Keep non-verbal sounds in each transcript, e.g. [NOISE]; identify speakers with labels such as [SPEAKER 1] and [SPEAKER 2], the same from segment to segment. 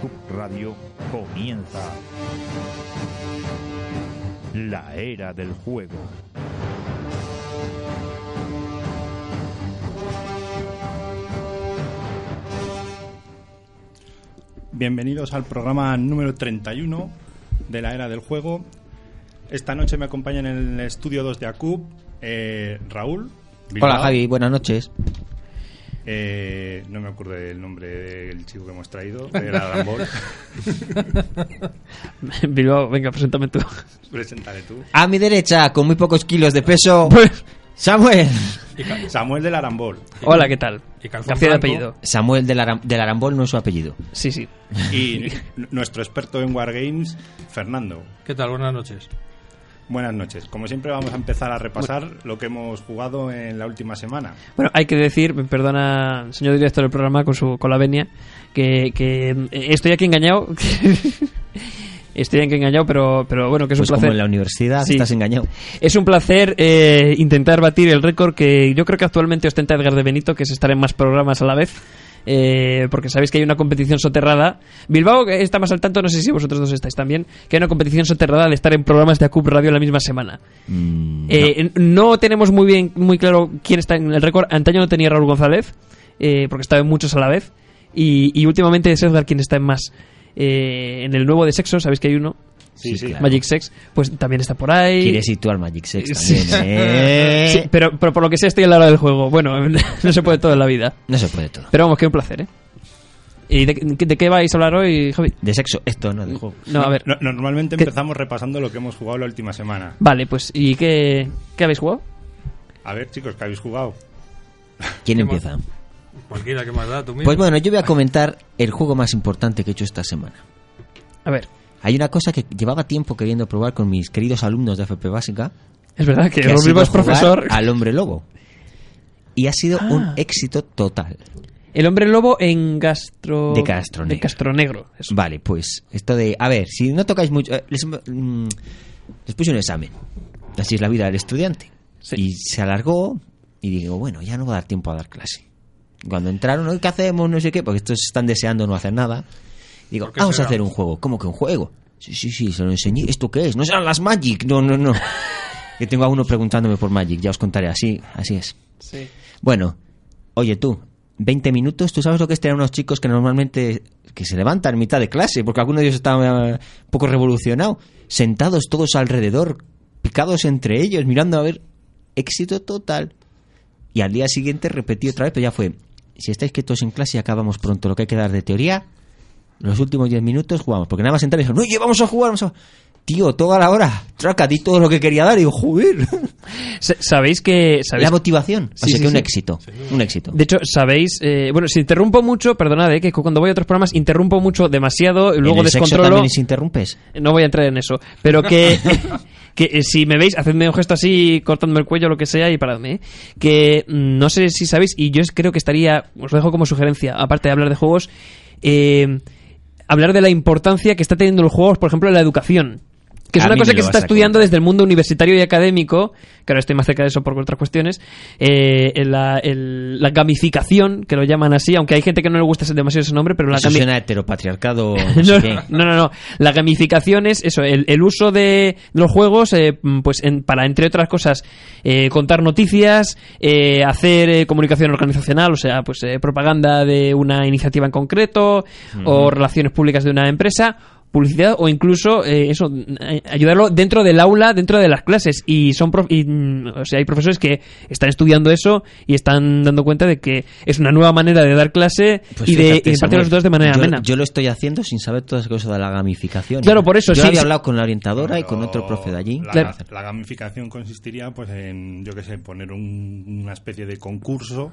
[SPEAKER 1] CUP Radio comienza la era del juego.
[SPEAKER 2] Bienvenidos al programa número 31 de la era del juego. Esta noche me acompañan en el estudio 2 de ACUB eh, Raúl. Bilbao.
[SPEAKER 3] Hola Javi, buenas noches.
[SPEAKER 2] Eh, no me acuerdo el nombre del chico que hemos traído, del Adam
[SPEAKER 4] [LAUGHS]
[SPEAKER 2] Ball.
[SPEAKER 4] Bilbao, venga, preséntame tú. [LAUGHS]
[SPEAKER 2] Preséntale tú.
[SPEAKER 3] A mi derecha, con muy pocos kilos de peso,
[SPEAKER 4] Pues-
[SPEAKER 3] Samuel.
[SPEAKER 2] Samuel del Arambol.
[SPEAKER 4] Hola, ¿qué tal?
[SPEAKER 5] y calzón
[SPEAKER 4] García de
[SPEAKER 5] blanco.
[SPEAKER 4] apellido.
[SPEAKER 3] Samuel del, Aram- del Arambol no es su apellido.
[SPEAKER 4] Sí, sí.
[SPEAKER 2] Y n- nuestro experto en Wargames, Fernando.
[SPEAKER 5] ¿Qué tal? Buenas noches.
[SPEAKER 2] Buenas noches. Como siempre vamos a empezar a repasar lo que hemos jugado en la última semana.
[SPEAKER 4] Bueno, hay que decir, me perdona, señor director del programa, con, su, con la venia, que, que, eh, estoy aquí engañado. [LAUGHS] estoy aquí engañado, pero, pero bueno, que es
[SPEAKER 3] Pues
[SPEAKER 4] un
[SPEAKER 3] como
[SPEAKER 4] placer.
[SPEAKER 3] en la universidad,
[SPEAKER 4] Sí.
[SPEAKER 3] estás engañado.
[SPEAKER 4] Es un placer eh, intentar batir el récord que yo creo que actualmente ostenta Edgar de Benito, que es estar en más programas a la vez. eh, porque sabéis que hay una competición soterrada. Bilbao que está más al tanto, no sé si vosotros dos estáis también, que hay una competición soterrada de estar en programas de ACUB Radio la misma semana.
[SPEAKER 3] Mm,
[SPEAKER 4] Eh, no. tenemos muy bien, muy claro quién está en el récord. Antaño no tenía Raúl González, eh, porque estaba en muchos a la vez. Y, y últimamente es Edgar quien está en más. Eh, en el nuevo de sexo, sabéis que hay uno,
[SPEAKER 2] Sí, sí.
[SPEAKER 3] claro.
[SPEAKER 4] Magic Sex, pues también está por ahí.
[SPEAKER 3] Quiere situar Magic Sex
[SPEAKER 4] Sí.
[SPEAKER 3] también, ¿eh?
[SPEAKER 4] Sí, pero, pero por lo que sea estoy a la hora del juego. Bueno, [LAUGHS] no se puede todo en la vida.
[SPEAKER 3] No se puede todo.
[SPEAKER 4] Pero vamos, que un placer, ¿eh? ¿Y de, de qué vais a hablar hoy, Javi?
[SPEAKER 3] De sexo, esto no, de juego.
[SPEAKER 4] No, a ver.
[SPEAKER 2] No- normalmente
[SPEAKER 4] ¿Qué-
[SPEAKER 2] empezamos repasando lo que hemos jugado la última semana.
[SPEAKER 4] Vale, pues ¿y qué, qué habéis jugado?
[SPEAKER 2] A ver, chicos, ¿qué habéis jugado?
[SPEAKER 3] ¿Quién
[SPEAKER 5] Qué
[SPEAKER 3] empieza?
[SPEAKER 5] Cualquiera que más da, tú mismo.
[SPEAKER 3] Pues bueno, yo voy a comentar el juego más importante que he hecho esta semana.
[SPEAKER 4] A ver,
[SPEAKER 3] Hay una cosa que llevaba tiempo queriendo probar con mis queridos alumnos de FP Básica,
[SPEAKER 4] es verdad que
[SPEAKER 3] que ha
[SPEAKER 4] Raúl
[SPEAKER 3] sido
[SPEAKER 4] Bilbao es
[SPEAKER 3] jugar
[SPEAKER 4] profesor.
[SPEAKER 3] al hombre lobo. Y ha sido
[SPEAKER 4] Ah.
[SPEAKER 3] un éxito total.
[SPEAKER 4] El hombre lobo en gastro...
[SPEAKER 3] De Castronegro.
[SPEAKER 4] De Castronegro. eso.
[SPEAKER 3] Vale, pues esto de... A ver, si no tocáis mucho... eh, Les, mm, les puse un examen. Así es la vida del estudiante.
[SPEAKER 4] Sí.
[SPEAKER 3] Y se alargó y digo, bueno, ya no va a dar tiempo a dar clase. Cuando entraron, "Oye, ¿qué hacemos? No sé qué, porque estos están deseando no hacer nada. Digo,
[SPEAKER 5] ¿Por qué
[SPEAKER 3] vamos a
[SPEAKER 5] será?
[SPEAKER 3] hacer un juego. ¿Cómo que un juego? Sí, sí, sí, se lo enseñé. ¿Esto qué es? No serán las Magic. No, no,
[SPEAKER 5] [LAUGHS]
[SPEAKER 3] no. Yo tengo a uno preguntándome por Magic, ya os contaré. Así, así es.
[SPEAKER 4] Sí.
[SPEAKER 3] Bueno, oye tú, 20 minutos, ¿tú sabes lo que es tener unos chicos que normalmente que se levantan en mitad de clase, porque alguno de ellos está eh, un poco revolucionado, sentados todos alrededor, picados entre ellos, mirando a ver, éxito total. Y al día siguiente repetí otra vez, pero ya fue, si estáis quietos en clase y acabamos pronto lo que hay que dar de teoría, los últimos 10 minutos jugamos, porque nada más entrar y dijeron, oye, vamos a jugar, vamos a... Tío, toda la hora, traca, di todo lo que quería dar, y digo, joder,
[SPEAKER 4] Sa- Sabéis que... Sabéis
[SPEAKER 3] la motivación,
[SPEAKER 4] Sí,
[SPEAKER 3] así
[SPEAKER 4] sí,
[SPEAKER 3] que un
[SPEAKER 4] sí.
[SPEAKER 3] éxito, un éxito.
[SPEAKER 4] De hecho, sabéis, eh, bueno, si interrumpo mucho, perdonad, eh, que cuando voy a otros programas interrumpo mucho demasiado, y luego
[SPEAKER 3] ¿En el sexo
[SPEAKER 4] descontrolo.
[SPEAKER 3] también se interrumpes?
[SPEAKER 4] No voy a entrar en eso,
[SPEAKER 3] [LAUGHS]
[SPEAKER 4] pero que, que eh, si me veis, hacedme un gesto así, cortadme el cuello, lo que sea, y paradme. ¿eh? Que mm, no sé si sabéis, y yo es- creo que estaría, os lo dejo como sugerencia, aparte de hablar de juegos, eh, hablar de la importancia que está teniendo los juegos, por ejemplo, en la educación. Que es
[SPEAKER 3] A
[SPEAKER 4] una
[SPEAKER 3] mí
[SPEAKER 4] cosa
[SPEAKER 3] me
[SPEAKER 4] que
[SPEAKER 3] lo
[SPEAKER 4] se está
[SPEAKER 3] vas a
[SPEAKER 4] estudiando
[SPEAKER 3] contar.
[SPEAKER 4] desde el mundo universitario y académico, que ahora estoy más cerca de eso por otras cuestiones, eh, en la, el- la gamificación, que lo llaman así, aunque hay gente que no le gusta ese- demasiado ese nombre, pero la
[SPEAKER 3] Eso
[SPEAKER 4] gamificación
[SPEAKER 3] suena a heteropatriarcado.
[SPEAKER 4] [LAUGHS]
[SPEAKER 3] no sé
[SPEAKER 4] no,
[SPEAKER 3] qué.
[SPEAKER 4] no, no, no. La gamificación es eso, el, el uso de los juegos, eh, mm, pues en- para, entre otras cosas, eh, contar noticias, eh, hacer eh, comunicación organizacional, o sea, pues eh, propaganda de una iniciativa en concreto, o relaciones públicas de una empresa publicidad o incluso eh, eso eh, ayudarlo dentro del aula dentro de las clases y son prof- y, mm, o sea hay profesores que están estudiando eso y están dando cuenta de que es una nueva manera de dar clase
[SPEAKER 3] Pues
[SPEAKER 4] y de
[SPEAKER 3] fíjate,
[SPEAKER 4] impartir
[SPEAKER 3] Samuel,
[SPEAKER 4] los dos de manera
[SPEAKER 3] yo,
[SPEAKER 4] amena
[SPEAKER 3] Yo lo estoy haciendo sin saber todas las cosas de la gamificación.
[SPEAKER 4] Claro, por eso,
[SPEAKER 3] Yo
[SPEAKER 4] sí,
[SPEAKER 3] había
[SPEAKER 4] sí.
[SPEAKER 3] hablado con la orientadora y con
[SPEAKER 2] Pero
[SPEAKER 3] otro profe de allí.
[SPEAKER 2] La,
[SPEAKER 4] Claro.
[SPEAKER 2] la gamificación consistiría pues en, yo qué sé, poner un- una especie de concurso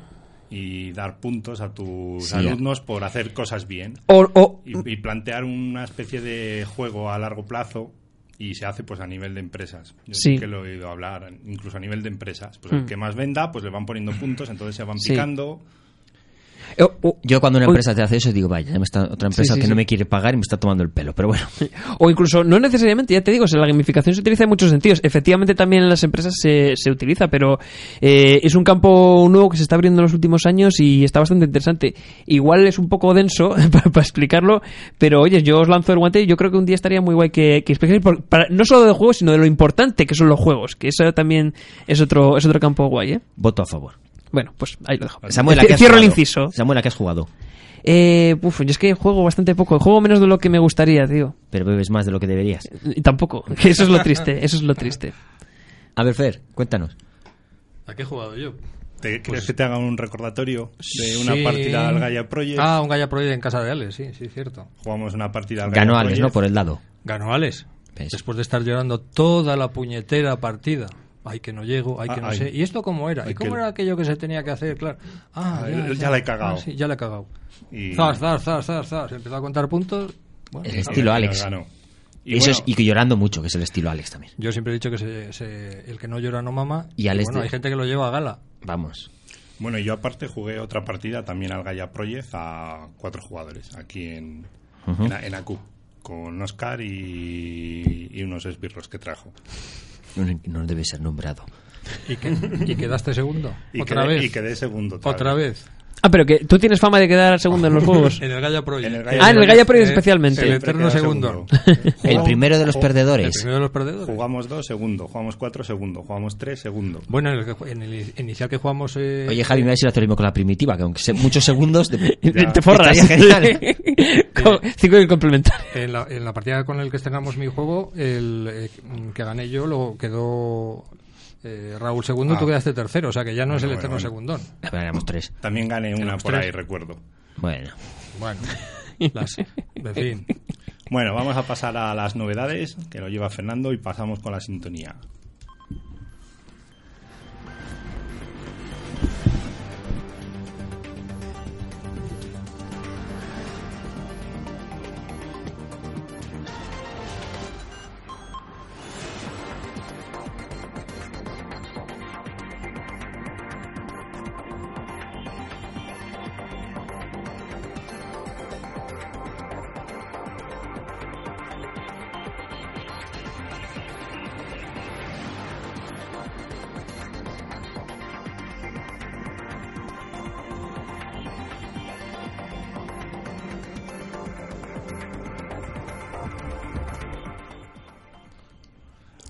[SPEAKER 2] y dar puntos a tus
[SPEAKER 3] Sí,
[SPEAKER 2] alumnos por hacer cosas bien
[SPEAKER 4] O- o-
[SPEAKER 2] y, y plantear una especie de juego a largo plazo y se hace pues a nivel de empresas. Yo
[SPEAKER 4] Sí.
[SPEAKER 2] que lo he oído hablar
[SPEAKER 3] Mm.
[SPEAKER 2] incluso a nivel de empresas. Pues el que más venda, pues le van poniendo puntos, entonces se van
[SPEAKER 4] Sí.
[SPEAKER 2] picando.
[SPEAKER 4] Eh, o-
[SPEAKER 3] Yo cuando una
[SPEAKER 4] Uy.
[SPEAKER 3] empresa te hace eso digo, vaya, ya me está otra empresa
[SPEAKER 4] sí,
[SPEAKER 3] que no
[SPEAKER 4] sí.
[SPEAKER 3] me quiere pagar y me está tomando el pelo. Pero
[SPEAKER 4] [LAUGHS]
[SPEAKER 3] bueno,
[SPEAKER 4] O incluso, no necesariamente, ya te digo, o sea, la gamificación se utiliza en muchos sentidos. Efectivamente, también en las empresas se, se utiliza, pero eh, es un campo nuevo que se está abriendo en los últimos años y está bastante interesante. Igual es un poco denso [LAUGHS] para, para explicarlo, pero oye, yo os lanzo el guante y yo creo que un día estaría muy guay que, que expliquéis, por- para- no solo de juegos, sino de lo importante que son los juegos, que eso también es otro, es otro campo guay, ¿eh?
[SPEAKER 3] voto a favor.
[SPEAKER 4] Bueno, pues ahí lo dejo.
[SPEAKER 3] Samuel,
[SPEAKER 4] [LAUGHS]
[SPEAKER 3] ¿a qué has
[SPEAKER 4] Cierro el
[SPEAKER 3] jugado?
[SPEAKER 4] inciso.
[SPEAKER 3] Samuel, ¿a qué has jugado?
[SPEAKER 4] Eh, uf, yo es que juego bastante poco, juego menos de lo que me gustaría, tío.
[SPEAKER 3] Pero bebes más de lo que deberías.
[SPEAKER 4] Y Tampoco. [LAUGHS] Que Eso es lo triste, eso es lo triste.
[SPEAKER 3] A ver, Fer, cuéntanos.
[SPEAKER 5] ¿A qué he jugado yo?
[SPEAKER 3] Pues
[SPEAKER 2] ¿Te- ¿Quieres que te haga un recordatorio de una
[SPEAKER 5] Sí.
[SPEAKER 2] partida al Gaia Project?
[SPEAKER 5] Ah, un Gaia Project en casa de Alex, sí, sí, cierto.
[SPEAKER 2] Jugamos una partida al Gaia
[SPEAKER 3] Ganó Alex,
[SPEAKER 2] Project.
[SPEAKER 3] ¿no? Por el dado.
[SPEAKER 5] Ganó Alex.
[SPEAKER 3] ¿Ves?
[SPEAKER 5] Después de estar llorando toda la puñetera partida. Ay, que no llego, ay, que
[SPEAKER 2] Ah,
[SPEAKER 5] no
[SPEAKER 2] ay.
[SPEAKER 5] sé. ¿Y esto cómo era?
[SPEAKER 2] Ay,
[SPEAKER 5] ¿Y cómo
[SPEAKER 2] que-
[SPEAKER 5] era aquello que se tenía que hacer? Claro. Ah,
[SPEAKER 2] Ah, ya- ya la he cagado.
[SPEAKER 5] Ah, sí, ya la he cagado.
[SPEAKER 2] Y-
[SPEAKER 5] Zas, zas, zas, zas, zas. Empezó a contar puntos. Bueno,
[SPEAKER 3] El
[SPEAKER 5] ah,
[SPEAKER 3] estilo
[SPEAKER 2] Ganó,
[SPEAKER 3] Alex.
[SPEAKER 2] ganó.
[SPEAKER 3] Y, eso es, y que llorando mucho, que es el estilo Alex también.
[SPEAKER 5] Yo siempre he dicho que se- se- el que no llora no mama.
[SPEAKER 3] Y Alex
[SPEAKER 5] bueno,
[SPEAKER 3] de-
[SPEAKER 5] hay gente que lo lleva a gala.
[SPEAKER 3] Vamos.
[SPEAKER 2] Bueno, yo aparte jugué otra partida también al Gaia Project a cuatro jugadores aquí en, en A- en ACU con Oscar y, y unos esbirros que trajo.
[SPEAKER 3] No, no debe ser nombrado.
[SPEAKER 5] Y, que- y quedaste segundo.
[SPEAKER 2] [LAUGHS] Y
[SPEAKER 5] Otra
[SPEAKER 2] quedé,
[SPEAKER 5] vez.
[SPEAKER 2] Y quedé segundo.
[SPEAKER 5] Otra vez.
[SPEAKER 4] Ah, pero que tú tienes fama de quedar segundo en los juegos.
[SPEAKER 5] En el Gaia Project.
[SPEAKER 2] En el Gaia
[SPEAKER 4] Ah, en el Gaia Project
[SPEAKER 5] Eh,
[SPEAKER 4] especialmente.
[SPEAKER 5] El
[SPEAKER 2] Siempre
[SPEAKER 5] eterno
[SPEAKER 2] quedo
[SPEAKER 5] segundo. [LAUGHS]
[SPEAKER 3] El
[SPEAKER 2] Jugamos-
[SPEAKER 3] primero de los
[SPEAKER 2] ju-
[SPEAKER 5] El
[SPEAKER 3] perdedores.
[SPEAKER 5] primero de los perdedores.
[SPEAKER 2] Jugamos dos, segundo. Jugamos cuatro, segundo. Jugamos tres, segundo.
[SPEAKER 5] Bueno, en el, que- en el inicial que jugamos. eh,
[SPEAKER 3] Oye, Javi, me vais a ir a hacer lo mismo con la primitiva, que aunque sea muchos segundos... de-
[SPEAKER 4] [LAUGHS] Te forras.
[SPEAKER 3] Estaría genial.
[SPEAKER 4] [LAUGHS] Con- Cinco y complementar.
[SPEAKER 5] en, la, en la partida con el que estrenamos mi juego, el eh, que gané yo, lo quedó eh, Raúl segundo,
[SPEAKER 2] Ah.
[SPEAKER 5] tú quedaste tercero. O sea que ya no es el
[SPEAKER 2] Bueno,
[SPEAKER 5] eterno
[SPEAKER 2] bueno, [LAUGHS]
[SPEAKER 5] segundón.
[SPEAKER 3] A ver, éramos tres.
[SPEAKER 2] También gané una
[SPEAKER 5] Éramos
[SPEAKER 2] por
[SPEAKER 5] tres.
[SPEAKER 2] ahí, recuerdo.
[SPEAKER 3] Bueno.
[SPEAKER 5] Bueno, las, en fin.
[SPEAKER 2] Bueno, vamos a pasar a las novedades, que lo lleva Fernando, y pasamos con la sintonía.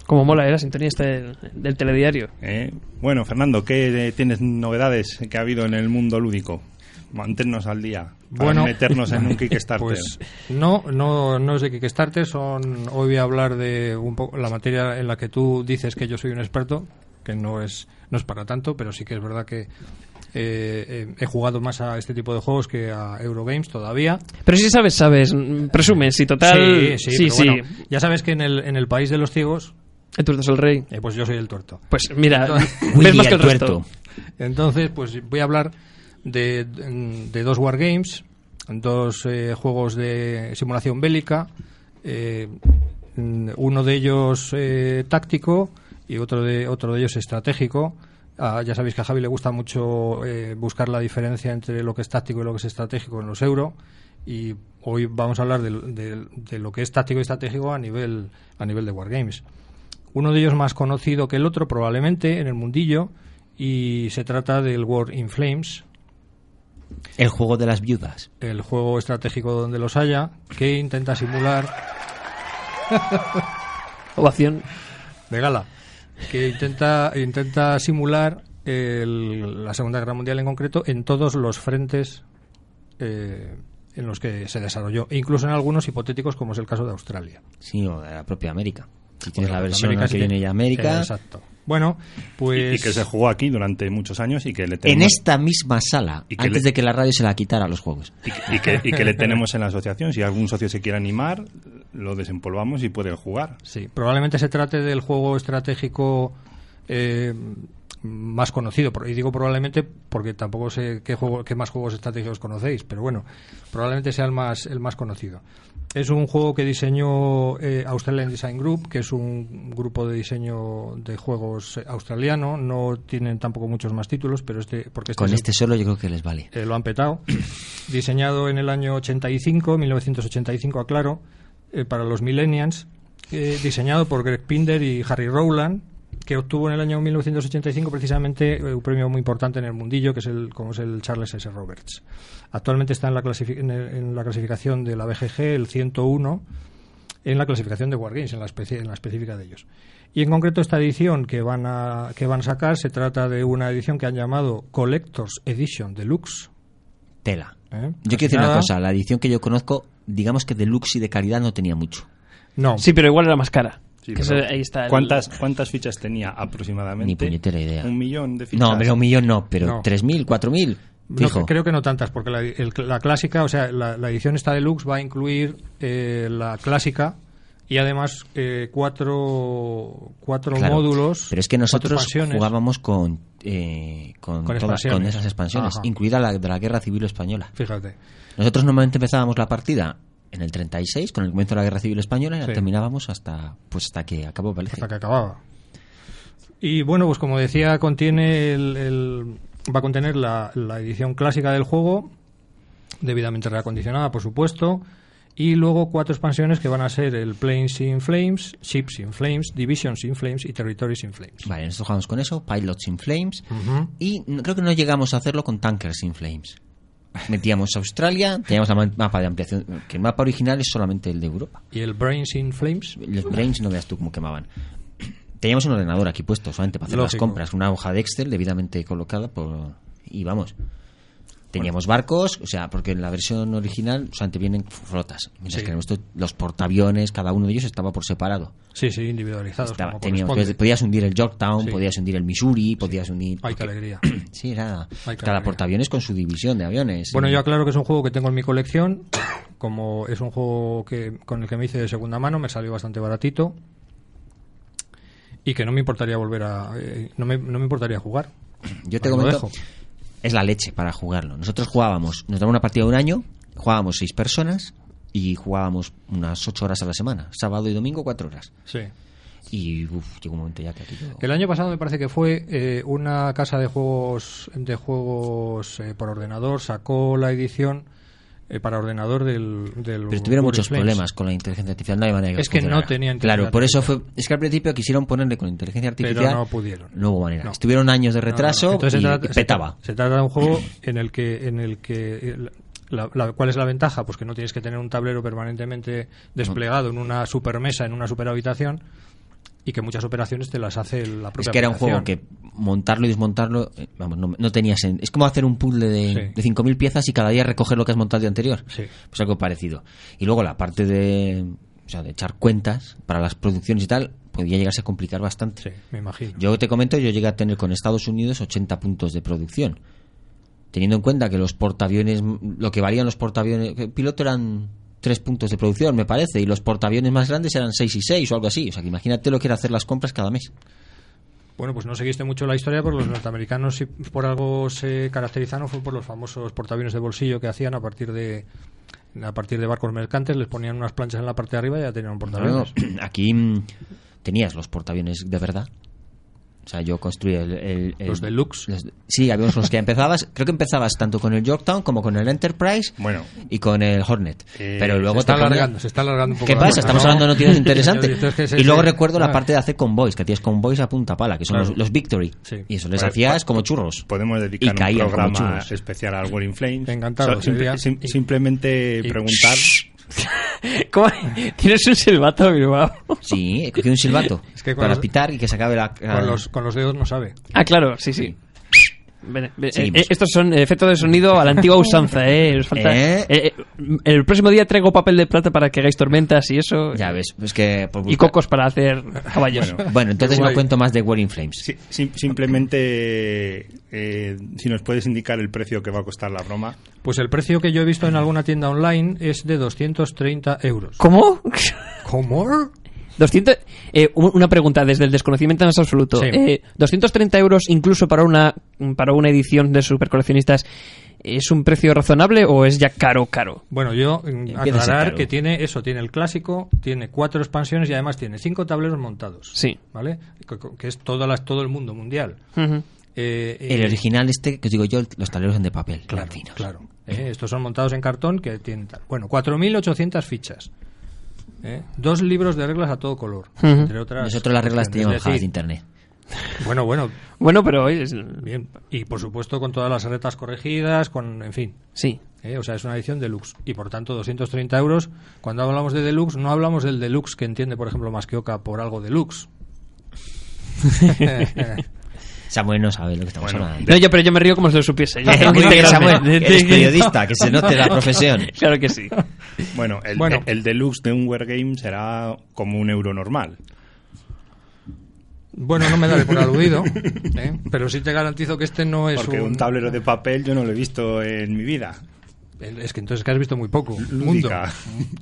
[SPEAKER 4] Como mola, ¿eh? La sintonía esta del, del telediario.
[SPEAKER 2] ¿eh? Bueno, Fernando, ¿qué eh, tienes novedades que ha habido en el mundo lúdico? Mantenernos al día. para
[SPEAKER 5] Bueno,
[SPEAKER 2] meternos en
[SPEAKER 5] [LAUGHS]
[SPEAKER 2] un Kickstarter.
[SPEAKER 5] Pues no, no, no es de Kickstarter, son hoy voy a hablar de un poco la materia en la que tú dices que yo soy un experto, que no es no es para tanto, pero sí que es verdad que eh, eh, he jugado más a este tipo de juegos que a Eurogames todavía.
[SPEAKER 4] Pero si sabes, sabes. mm, Presumes, si total.
[SPEAKER 5] sí, sí, pero bueno, ya sabes que en el en el país de los ciegos,
[SPEAKER 4] Eh, Tú eres el rey.
[SPEAKER 5] eh, pues yo soy el tuerto.
[SPEAKER 4] Pues mira, ves
[SPEAKER 3] Willy
[SPEAKER 4] más que
[SPEAKER 3] el
[SPEAKER 4] el resto.
[SPEAKER 3] tuerto.
[SPEAKER 5] Entonces, pues voy a hablar de, de dos wargames, dos eh, juegos de simulación bélica, eh, mm, uno de ellos eh, táctico y otro de, otro de ellos estratégico. Ah, ya sabéis que a Javi le gusta mucho eh, buscar la diferencia entre lo que es táctico y lo que es estratégico en los euro. Y hoy vamos a hablar del- del- de lo que es táctico y estratégico a nivel, a nivel de wargames uno de ellos más conocido que el otro probablemente en el mundillo y se trata del War in Flames,
[SPEAKER 3] El juego de las viudas.
[SPEAKER 5] el juego estratégico donde los haya, que intenta simular
[SPEAKER 4] Ovación.
[SPEAKER 5] de gala, que intenta intenta simular el- la Segunda Guerra Mundial en concreto en todos los frentes eh, en los que se desarrolló, e incluso en algunos hipotéticos como es el caso de Australia.
[SPEAKER 3] Sí, o de la propia América. Si tienes la
[SPEAKER 5] Porque
[SPEAKER 3] versión
[SPEAKER 5] América
[SPEAKER 3] ¿no?
[SPEAKER 5] sí
[SPEAKER 3] que viene ya América.
[SPEAKER 5] Exacto. Bueno,
[SPEAKER 2] Y-
[SPEAKER 5] pues
[SPEAKER 2] y, que se jugó aquí durante muchos años y que le
[SPEAKER 3] En
[SPEAKER 2] tenemos,
[SPEAKER 3] esta misma sala,
[SPEAKER 2] Y que
[SPEAKER 3] antes
[SPEAKER 2] le-
[SPEAKER 3] de que la radio se la quitara a los juegos.
[SPEAKER 2] y que- y que- y que le tenemos en la asociación. Si algún socio se quiere animar, lo desempolvamos y puede jugar.
[SPEAKER 5] Sí, probablemente se trate del juego estratégico eh, más conocido. Por- Y digo probablemente porque tampoco sé qué, juego, qué más juegos estratégicos conocéis, pero bueno, probablemente sea el más, el más conocido. Es un juego que diseñó eh, Australian Design Group, que es un grupo de diseño de juegos eh, australiano. No tienen tampoco muchos más títulos, pero este. Porque este
[SPEAKER 3] Con
[SPEAKER 5] es el-
[SPEAKER 3] este solo yo creo que les vale.
[SPEAKER 5] eh, lo han petado. [COUGHS] Diseñado en el año 85, 1985, aclaro, eh, para los millennials. Eh, diseñado por Greg Pinder y Harry Rowland, que obtuvo en el año 1985 precisamente eh, un premio muy importante en el mundillo, que es el, como es el Charles S. Roberts. Actualmente está en la, clasifi- en el- en la clasificación de la BGG, el 101, en la clasificación de Wargames, en la, especi- en la específica de ellos. Y en concreto esta edición que van, a, que van a sacar se trata de una edición que han llamado Collector's Edition Deluxe.
[SPEAKER 3] Tela.
[SPEAKER 5] ¿eh?
[SPEAKER 3] Yo quiero decir
[SPEAKER 5] Nada.
[SPEAKER 3] una cosa, la edición que yo conozco, digamos que de luxe y de calidad no tenía mucho.
[SPEAKER 5] No,
[SPEAKER 4] Sí, pero igual era más cara.
[SPEAKER 2] Sí,
[SPEAKER 4] Que
[SPEAKER 2] pero
[SPEAKER 4] se- ahí está el-
[SPEAKER 2] ¿Cuántas, ¿Cuántas fichas tenía aproximadamente?
[SPEAKER 3] Ni puñetera idea.
[SPEAKER 2] Un millón de fichas.
[SPEAKER 3] No, pero un millón no, pero
[SPEAKER 5] No.
[SPEAKER 3] tres mil, cuatro mil,
[SPEAKER 5] no,
[SPEAKER 3] fijo.
[SPEAKER 5] creo que no tantas, porque la, el- la clásica, o sea, la, la edición esta deluxe va a incluir eh, la clásica y además eh, cuatro, cuatro
[SPEAKER 3] Claro.
[SPEAKER 5] módulos.
[SPEAKER 3] Pero es que
[SPEAKER 5] cuatro
[SPEAKER 3] nosotros
[SPEAKER 5] expansiones.
[SPEAKER 3] jugábamos con, eh, con,
[SPEAKER 5] Con
[SPEAKER 3] todas-
[SPEAKER 5] expansiones.
[SPEAKER 3] con esas expansiones,
[SPEAKER 5] Ajá.
[SPEAKER 3] incluida la de la Guerra Civil Española.
[SPEAKER 5] Fíjate.
[SPEAKER 3] Nosotros normalmente empezábamos la partida en el 36, con el comienzo de la Guerra Civil Española, y la
[SPEAKER 5] Sí.
[SPEAKER 3] terminábamos hasta, pues hasta que acabó Valencia.
[SPEAKER 5] hasta que acababa. Y bueno, pues como decía, contiene el, el- va a contener la, la edición clásica del juego, debidamente reacondicionada, por supuesto, y luego cuatro expansiones que van a ser el Planes in Flames, Ships in Flames, Divisions in Flames y Territories in Flames.
[SPEAKER 3] Vale, nosotros jugamos con eso, Pilots in Flames,
[SPEAKER 5] Ujú.
[SPEAKER 3] y no- creo que no llegamos a hacerlo con Tankers in Flames. Metíamos Australia, teníamos la ma- mapa de ampliación, que el mapa original es solamente el de Europa.
[SPEAKER 5] Y el Brains in Flames.
[SPEAKER 3] Los brains no veas tú cómo quemaban. Teníamos un ordenador aquí puesto solamente para hacer las
[SPEAKER 5] Lógico.
[SPEAKER 3] compras, una hoja de Excel debidamente colocada por... y vamos. Teníamos barcos, o sea, porque en la versión original solamente vienen flotas, mientras
[SPEAKER 5] Sí.
[SPEAKER 3] que en esto, los portaaviones, cada uno de ellos estaba por separado.
[SPEAKER 5] Sí, sí, individualizados.
[SPEAKER 3] Estaba-
[SPEAKER 5] como
[SPEAKER 3] teníamos-
[SPEAKER 5] corresponde.
[SPEAKER 3] podías hundir el Yorktown,
[SPEAKER 5] Sí.
[SPEAKER 3] podías hundir el Missouri, podías hundir...
[SPEAKER 5] Ay, qué alegría.
[SPEAKER 3] Sí, era
[SPEAKER 5] Ay, qué
[SPEAKER 3] cada
[SPEAKER 5] alegría.
[SPEAKER 3] portaaviones con su división de aviones.
[SPEAKER 5] Bueno,
[SPEAKER 3] Y-
[SPEAKER 5] yo aclaro que es un juego que tengo en mi colección. Como es un juego que, con el que me hice de segunda mano, me salió bastante baratito. Y que no me importaría volver a. eh, no, me, no me importaría jugar.
[SPEAKER 3] Yo te
[SPEAKER 5] Ahí lo
[SPEAKER 3] comento,
[SPEAKER 5] dejo.
[SPEAKER 3] es la leche para jugarlo. Nosotros jugábamos, nos daban una partida de un año, jugábamos seis personas y jugábamos unas ocho horas a la semana, sábado y domingo cuatro horas.
[SPEAKER 5] Sí.
[SPEAKER 3] Y uf, llegó un momento ya que aquí yo-
[SPEAKER 5] El año pasado me parece que fue eh, una casa de juegos de juegos eh, por ordenador sacó la edición eh, para ordenador del. del
[SPEAKER 3] Pero tuvieron
[SPEAKER 5] Uri
[SPEAKER 3] muchos
[SPEAKER 5] Flames.
[SPEAKER 3] problemas con la inteligencia artificial, no hay manera.
[SPEAKER 5] Es que no
[SPEAKER 3] funcionara.
[SPEAKER 5] tenía
[SPEAKER 3] Claro,
[SPEAKER 5] inteligencia
[SPEAKER 3] por eso fue. Es que al principio quisieron ponerle con inteligencia artificial.
[SPEAKER 5] no pudieron.
[SPEAKER 3] No hubo manera.
[SPEAKER 5] No.
[SPEAKER 3] Estuvieron años de
[SPEAKER 5] No, no, no.
[SPEAKER 3] retraso
[SPEAKER 5] Entonces
[SPEAKER 3] y
[SPEAKER 5] se trata- se
[SPEAKER 3] petaba.
[SPEAKER 5] tra- Se, trata de un juego en el que, en el que eh, la- la- ¿cuál es la ventaja? Pues que no tienes que tener un tablero permanentemente desplegado en una supermesa, en una superhabitación, y que muchas operaciones te las hace la propia
[SPEAKER 3] Es que era un
[SPEAKER 5] aplicación.
[SPEAKER 3] juego que montarlo y desmontarlo, eh, vamos, no, no tenía sen- Es como hacer un puzzle de,
[SPEAKER 5] Sí.
[SPEAKER 3] de 5.000 piezas y cada día recoger lo que has montado el día anterior.
[SPEAKER 5] Sí.
[SPEAKER 3] Pues algo parecido. Y luego la parte de, o sea, de echar cuentas para las producciones y tal, podía llegarse a complicar bastante.
[SPEAKER 5] Sí, me imagino.
[SPEAKER 3] Yo te comento, yo llegué a tener con Estados Unidos 80 puntos de producción. Teniendo en cuenta que los portaaviones, lo que valían los portaaviones, que el piloto eran 3 puntos de producción, me parece, y los portaaviones más grandes eran 6 y 6 o algo así. O sea, que imagínate lo que era hacer las compras cada mes.
[SPEAKER 5] Bueno, pues no seguiste mucho la historia porque los norteamericanos si por algo se caracterizaron fue por los famosos portaaviones de bolsillo que hacían a partir de a partir de barcos mercantes les ponían unas planchas en la parte de arriba y ya tenían
[SPEAKER 3] No,
[SPEAKER 5] un portaaviones.
[SPEAKER 3] [CLEARS THROAT] aquí mm, tenías los portaaviones de verdad. O sea, yo construí el... el- el-
[SPEAKER 5] Los deluxe.
[SPEAKER 3] los- sí, había unos con los que empezabas. Creo que empezabas tanto con el Yorktown como con el Enterprise
[SPEAKER 2] Bueno. pues
[SPEAKER 3] y con el Hornet.
[SPEAKER 2] Eh,
[SPEAKER 3] Pero luego
[SPEAKER 5] se está
[SPEAKER 3] te ponía-
[SPEAKER 5] alargando, se está alargando un poco.
[SPEAKER 3] ¿Qué
[SPEAKER 5] la
[SPEAKER 3] pasa?
[SPEAKER 5] cosa,
[SPEAKER 3] Estamos hablando de
[SPEAKER 5] [LAUGHS]
[SPEAKER 3] noticias interesantes.
[SPEAKER 5] Esto es que se-
[SPEAKER 3] y luego
[SPEAKER 5] se-
[SPEAKER 3] recuerdo la
[SPEAKER 5] ah,
[SPEAKER 3] parte de hacer convoys, que tienes convoys a punta pala, que son
[SPEAKER 5] Claro.
[SPEAKER 3] los, los Victory.
[SPEAKER 5] Sí.
[SPEAKER 3] Y eso les
[SPEAKER 2] Vale,
[SPEAKER 3] hacías
[SPEAKER 2] pa-
[SPEAKER 3] como churros.
[SPEAKER 2] Podemos
[SPEAKER 3] Y
[SPEAKER 2] dedicar un
[SPEAKER 3] caían como
[SPEAKER 2] programa
[SPEAKER 3] churros.
[SPEAKER 2] especial al War in Flames.
[SPEAKER 5] Encantado, sería-
[SPEAKER 2] sim-
[SPEAKER 5] y-
[SPEAKER 2] simplemente
[SPEAKER 5] y-
[SPEAKER 2] preguntar.
[SPEAKER 4] [LAUGHS] ¿Cómo? Tienes un silbato, Bilbao.
[SPEAKER 3] Sí, he cogido un silbato
[SPEAKER 5] [LAUGHS] Es que con
[SPEAKER 3] para
[SPEAKER 5] los-
[SPEAKER 3] pitar y que se acabe la... ah,
[SPEAKER 5] Con los, con los dedos no sabe.
[SPEAKER 4] Ah, claro, sí, sí. Ven, ven,
[SPEAKER 3] Seguimos.
[SPEAKER 4] eh, estos son efectos de sonido a la antigua usanza, ¿eh? Os falta-
[SPEAKER 3] ¿Eh?
[SPEAKER 4] eh, eh, el próximo día traigo papel de plata para que hagáis tormentas y eso.
[SPEAKER 3] Ya ves, es que... pues, por
[SPEAKER 4] Y
[SPEAKER 3] buscar-
[SPEAKER 4] cocos para hacer caballos.
[SPEAKER 5] [LAUGHS]
[SPEAKER 3] Bueno, entonces
[SPEAKER 5] Qué
[SPEAKER 3] no
[SPEAKER 5] guay.
[SPEAKER 3] cuento más de War in Flames.
[SPEAKER 2] si- sim- simplemente, eh, si nos puedes indicar el precio que va a costar la broma.
[SPEAKER 5] Pues el precio que yo
[SPEAKER 4] [LAUGHS]
[SPEAKER 5] he visto en alguna tienda online es de 230 euros.
[SPEAKER 4] ¿Cómo?
[SPEAKER 5] ¿Cómo?
[SPEAKER 4] 200, eh, u- una pregunta desde el desconocimiento más absoluto.
[SPEAKER 5] Sí.
[SPEAKER 4] Eh, 230 euros incluso para una, para una edición de supercoleccionistas, ¿es un precio razonable o es ya caro, caro?
[SPEAKER 5] Bueno, yo mm,
[SPEAKER 3] Empieza a ser
[SPEAKER 5] aclarar
[SPEAKER 3] caro.
[SPEAKER 5] que tiene eso, tiene el clásico, tiene cuatro expansiones y además tiene cinco tableros montados.
[SPEAKER 4] Sí.
[SPEAKER 5] ¿Vale? Que, que es todas las, todo el mundo mundial.
[SPEAKER 4] Ujú.
[SPEAKER 5] Eh, eh,
[SPEAKER 3] El original este, que os digo yo, los tableros son de papel.
[SPEAKER 5] Claro,
[SPEAKER 3] latinos.
[SPEAKER 5] claro. Eh, estos son montados en cartón que tienen tal. Bueno, 4.800 fichas. Eh, Dos libros de reglas a todo color.
[SPEAKER 4] Ujú.
[SPEAKER 5] entre otras
[SPEAKER 3] Nosotros las reglas
[SPEAKER 5] cuestiones.
[SPEAKER 3] teníamos
[SPEAKER 5] Es
[SPEAKER 3] bajadas de
[SPEAKER 5] decir,
[SPEAKER 3] internet.
[SPEAKER 5] Bueno, bueno,
[SPEAKER 4] Bueno, pero es-
[SPEAKER 5] bien. Y por supuesto con todas las retas corregidas, con, en fin.
[SPEAKER 4] sí.
[SPEAKER 5] ¿eh? O sea, es una edición deluxe. Y por tanto, 230 euros. Cuando hablamos de deluxe, no hablamos del deluxe que entiende, por ejemplo, Masquioca por
[SPEAKER 3] [LAUGHS]
[SPEAKER 5] algo deluxe. [LAUGHS]
[SPEAKER 3] Samuel no sabe lo que estamos
[SPEAKER 2] Bueno,
[SPEAKER 5] [LAUGHS]
[SPEAKER 3] hablando.
[SPEAKER 4] No, yo, pero yo me río como si
[SPEAKER 3] [LAUGHS]
[SPEAKER 4] lo supiese. Yo
[SPEAKER 3] Muy
[SPEAKER 4] tengo
[SPEAKER 3] bien,
[SPEAKER 4] integrarme.
[SPEAKER 3] Samuel, que eres periodista, que se note la profesión.
[SPEAKER 4] [LAUGHS] Claro que sí.
[SPEAKER 2] Bueno, el,
[SPEAKER 5] Bueno.
[SPEAKER 2] el deluxe de un Wargame será como un euro normal.
[SPEAKER 5] bueno, no me daré por aludido, ¿eh? pero sí te garantizo que este no es
[SPEAKER 2] Porque un tablero de papel yo no lo he visto en mi vida.
[SPEAKER 5] El- Es que entonces que has visto muy poco. Mundo.
[SPEAKER 2] Lúdica.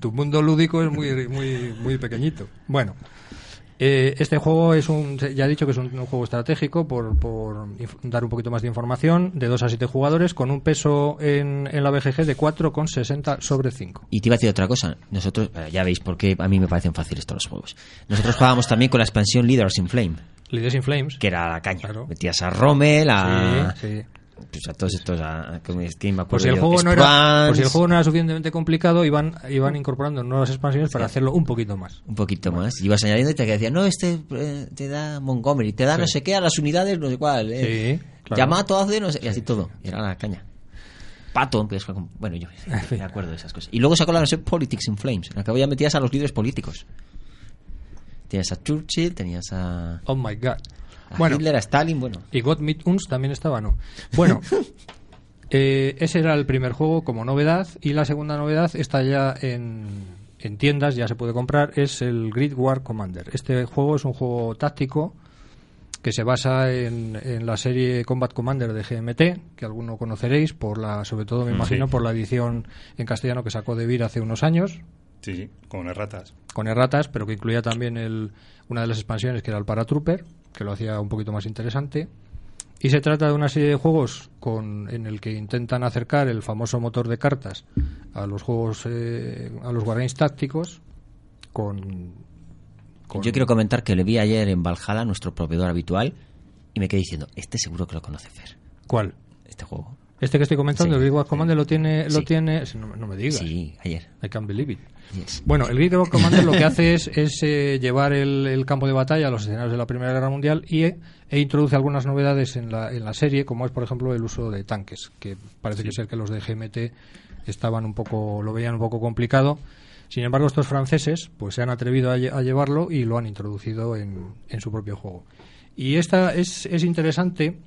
[SPEAKER 5] Tu mundo lúdico es muy, muy, muy pequeñito. Bueno, eh, este juego es un, ya he dicho que es un, un juego estratégico por, por inf- dar un poquito más de información, de 2 a 7 jugadores, con un peso en, en la BGG de 4,60 sobre 5.
[SPEAKER 3] Y te iba a decir otra cosa. Nosotros, bueno, ya veis por qué a mí me parecen fáciles todos los juegos. Nosotros jugábamos también con la expansión Leaders in Flame,
[SPEAKER 5] Leaders in Flames.
[SPEAKER 3] que era la caña.
[SPEAKER 5] Claro.
[SPEAKER 3] Metías a Rommel, a,
[SPEAKER 5] Sí, sí.
[SPEAKER 3] pues a todos estos, a, a- como es que me acuerdo
[SPEAKER 5] Por si, el
[SPEAKER 3] yo,
[SPEAKER 5] juego no era, por si el
[SPEAKER 3] Spruance,
[SPEAKER 5] juego no era suficientemente complicado, iban, iban incorporando nuevas expansiones para hacerlo un poquito más.
[SPEAKER 3] un poquito más.
[SPEAKER 5] pues,
[SPEAKER 3] Y ibas añadiendo y te decía, no, este eh, te da Montgomery, te da no sé qué a las unidades, no sé cuál. Eh.
[SPEAKER 5] Sí, claro.
[SPEAKER 3] Yamato hace, no sé, y así todo. Y era la caña. Pato, empiezas con- bueno, yo me acuerdo de esas cosas. Y luego sacó la versión Politics in Flames, en la que ya metías a los líderes políticos. Tenías a Churchill, tenías a,
[SPEAKER 5] Oh my god.
[SPEAKER 3] a Hitler, a Stalin, bueno.
[SPEAKER 5] Y God Meet Uns también estaba, ¿no? Bueno, eh, ese era el primer juego como novedad. Y la segunda novedad está ya en, en tiendas, ya se puede comprar, es el Grid War Commander. Este juego es un juego táctico que se basa en, en la serie Combat Commander de GMT, que alguno conoceréis, por la, sobre todo me imagino por la edición en castellano que sacó De Vir hace unos años,
[SPEAKER 2] Sí, sí, con erratas.
[SPEAKER 5] con erratas, pero que incluía también el, una de las expansiones que era el Paratrooper, que lo hacía un poquito más interesante. Y se trata de una serie de juegos con, en el que intentan acercar el famoso motor de cartas a los juegos, eh, a los wargames tácticos, con, con-
[SPEAKER 3] Yo quiero comentar que le vi ayer en Valhalla, nuestro proveedor habitual, y me quedé diciendo, este seguro que lo conoce Fer,
[SPEAKER 5] ¿Cuál?
[SPEAKER 3] este juego.
[SPEAKER 5] Este que estoy comentando,
[SPEAKER 3] Sí.
[SPEAKER 5] el Big War Commander, lo tiene, lo
[SPEAKER 3] Sí.
[SPEAKER 5] tiene, no, no me digas,
[SPEAKER 3] Sí, ayer.
[SPEAKER 5] I can't believe it.
[SPEAKER 3] Yes.
[SPEAKER 5] Bueno, el Great Rock Commander lo que hace es, es, eh, llevar el, el campo de batalla a los escenarios de la Primera Guerra Mundial y, eh, e introduce algunas novedades en la, en la serie, como es, por ejemplo, el uso de tanques, que parece que ser que los de GMT estaban un poco, lo veían un poco complicado. Sin embargo, estos franceses pues se han atrevido a, lle- a llevarlo y lo han introducido en, en su propio juego. Y esta es, es interesante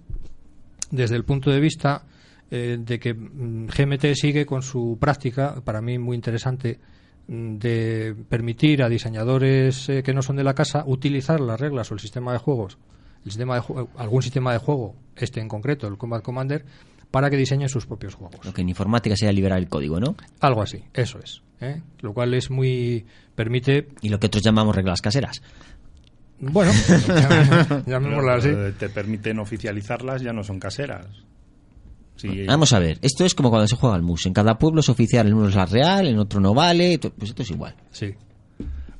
[SPEAKER 5] desde el punto de vista eh, de que mm, GMT sigue con su práctica, para mí muy interesante, mm, de permitir a diseñadores eh, que no son de la casa utilizar las reglas o el sistema de juegos, el sistema de ju- algún sistema de juego, este en concreto, el Combat Commander, para que diseñen sus propios juegos.
[SPEAKER 3] Lo que en informática sería liberar el código, ¿no?
[SPEAKER 5] Algo así, eso es. ¿eh? Lo cual es muy. permite.
[SPEAKER 3] Y lo que otros llamamos reglas caseras.
[SPEAKER 5] Bueno, [LAUGHS] llamémoslo así.
[SPEAKER 2] Pero, eh, Te permiten oficializarlas, ya no son caseras. Sí, eh,
[SPEAKER 3] Vamos a ver, esto es como cuando se juega al mus. En cada pueblo es oficial, en uno es la real, en otro no vale, to- pues esto es igual.
[SPEAKER 5] Sí.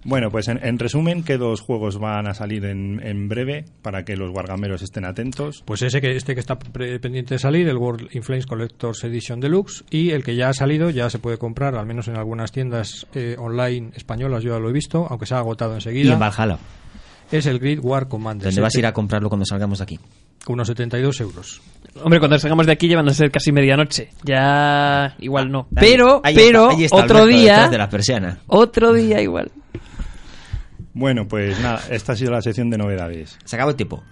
[SPEAKER 2] Bueno, pues en, en resumen, ¿qué dos juegos van a salir en, en breve para que los guargameros estén atentos?
[SPEAKER 5] Pues ese que este que está pre- pendiente de salir, el World in Flames Collector's Edition Deluxe, y el que ya ha salido, ya se puede comprar, al menos en algunas tiendas eh, online españolas, yo ya lo he visto, aunque se ha agotado
[SPEAKER 3] Y en
[SPEAKER 5] enseguida,
[SPEAKER 3] Valhalla,
[SPEAKER 5] es el Grid War Commander.
[SPEAKER 3] donde vas a ir a
[SPEAKER 5] sete-
[SPEAKER 3] comprarlo cuando salgamos de aquí.
[SPEAKER 5] Unos 72 euros.
[SPEAKER 4] Hombre, cuando salgamos de aquí ya van a ser casi medianoche. Ya igual no.
[SPEAKER 3] Ahí-
[SPEAKER 4] Pero,
[SPEAKER 3] ahí está-
[SPEAKER 4] pero,
[SPEAKER 3] ahí está
[SPEAKER 4] otro
[SPEAKER 3] Alberto
[SPEAKER 4] día,
[SPEAKER 3] detrás de la persiana.
[SPEAKER 4] otro día igual.
[SPEAKER 2] Bueno, pues nada, esta ha sido la sección de novedades.
[SPEAKER 3] Se acabó el tiempo.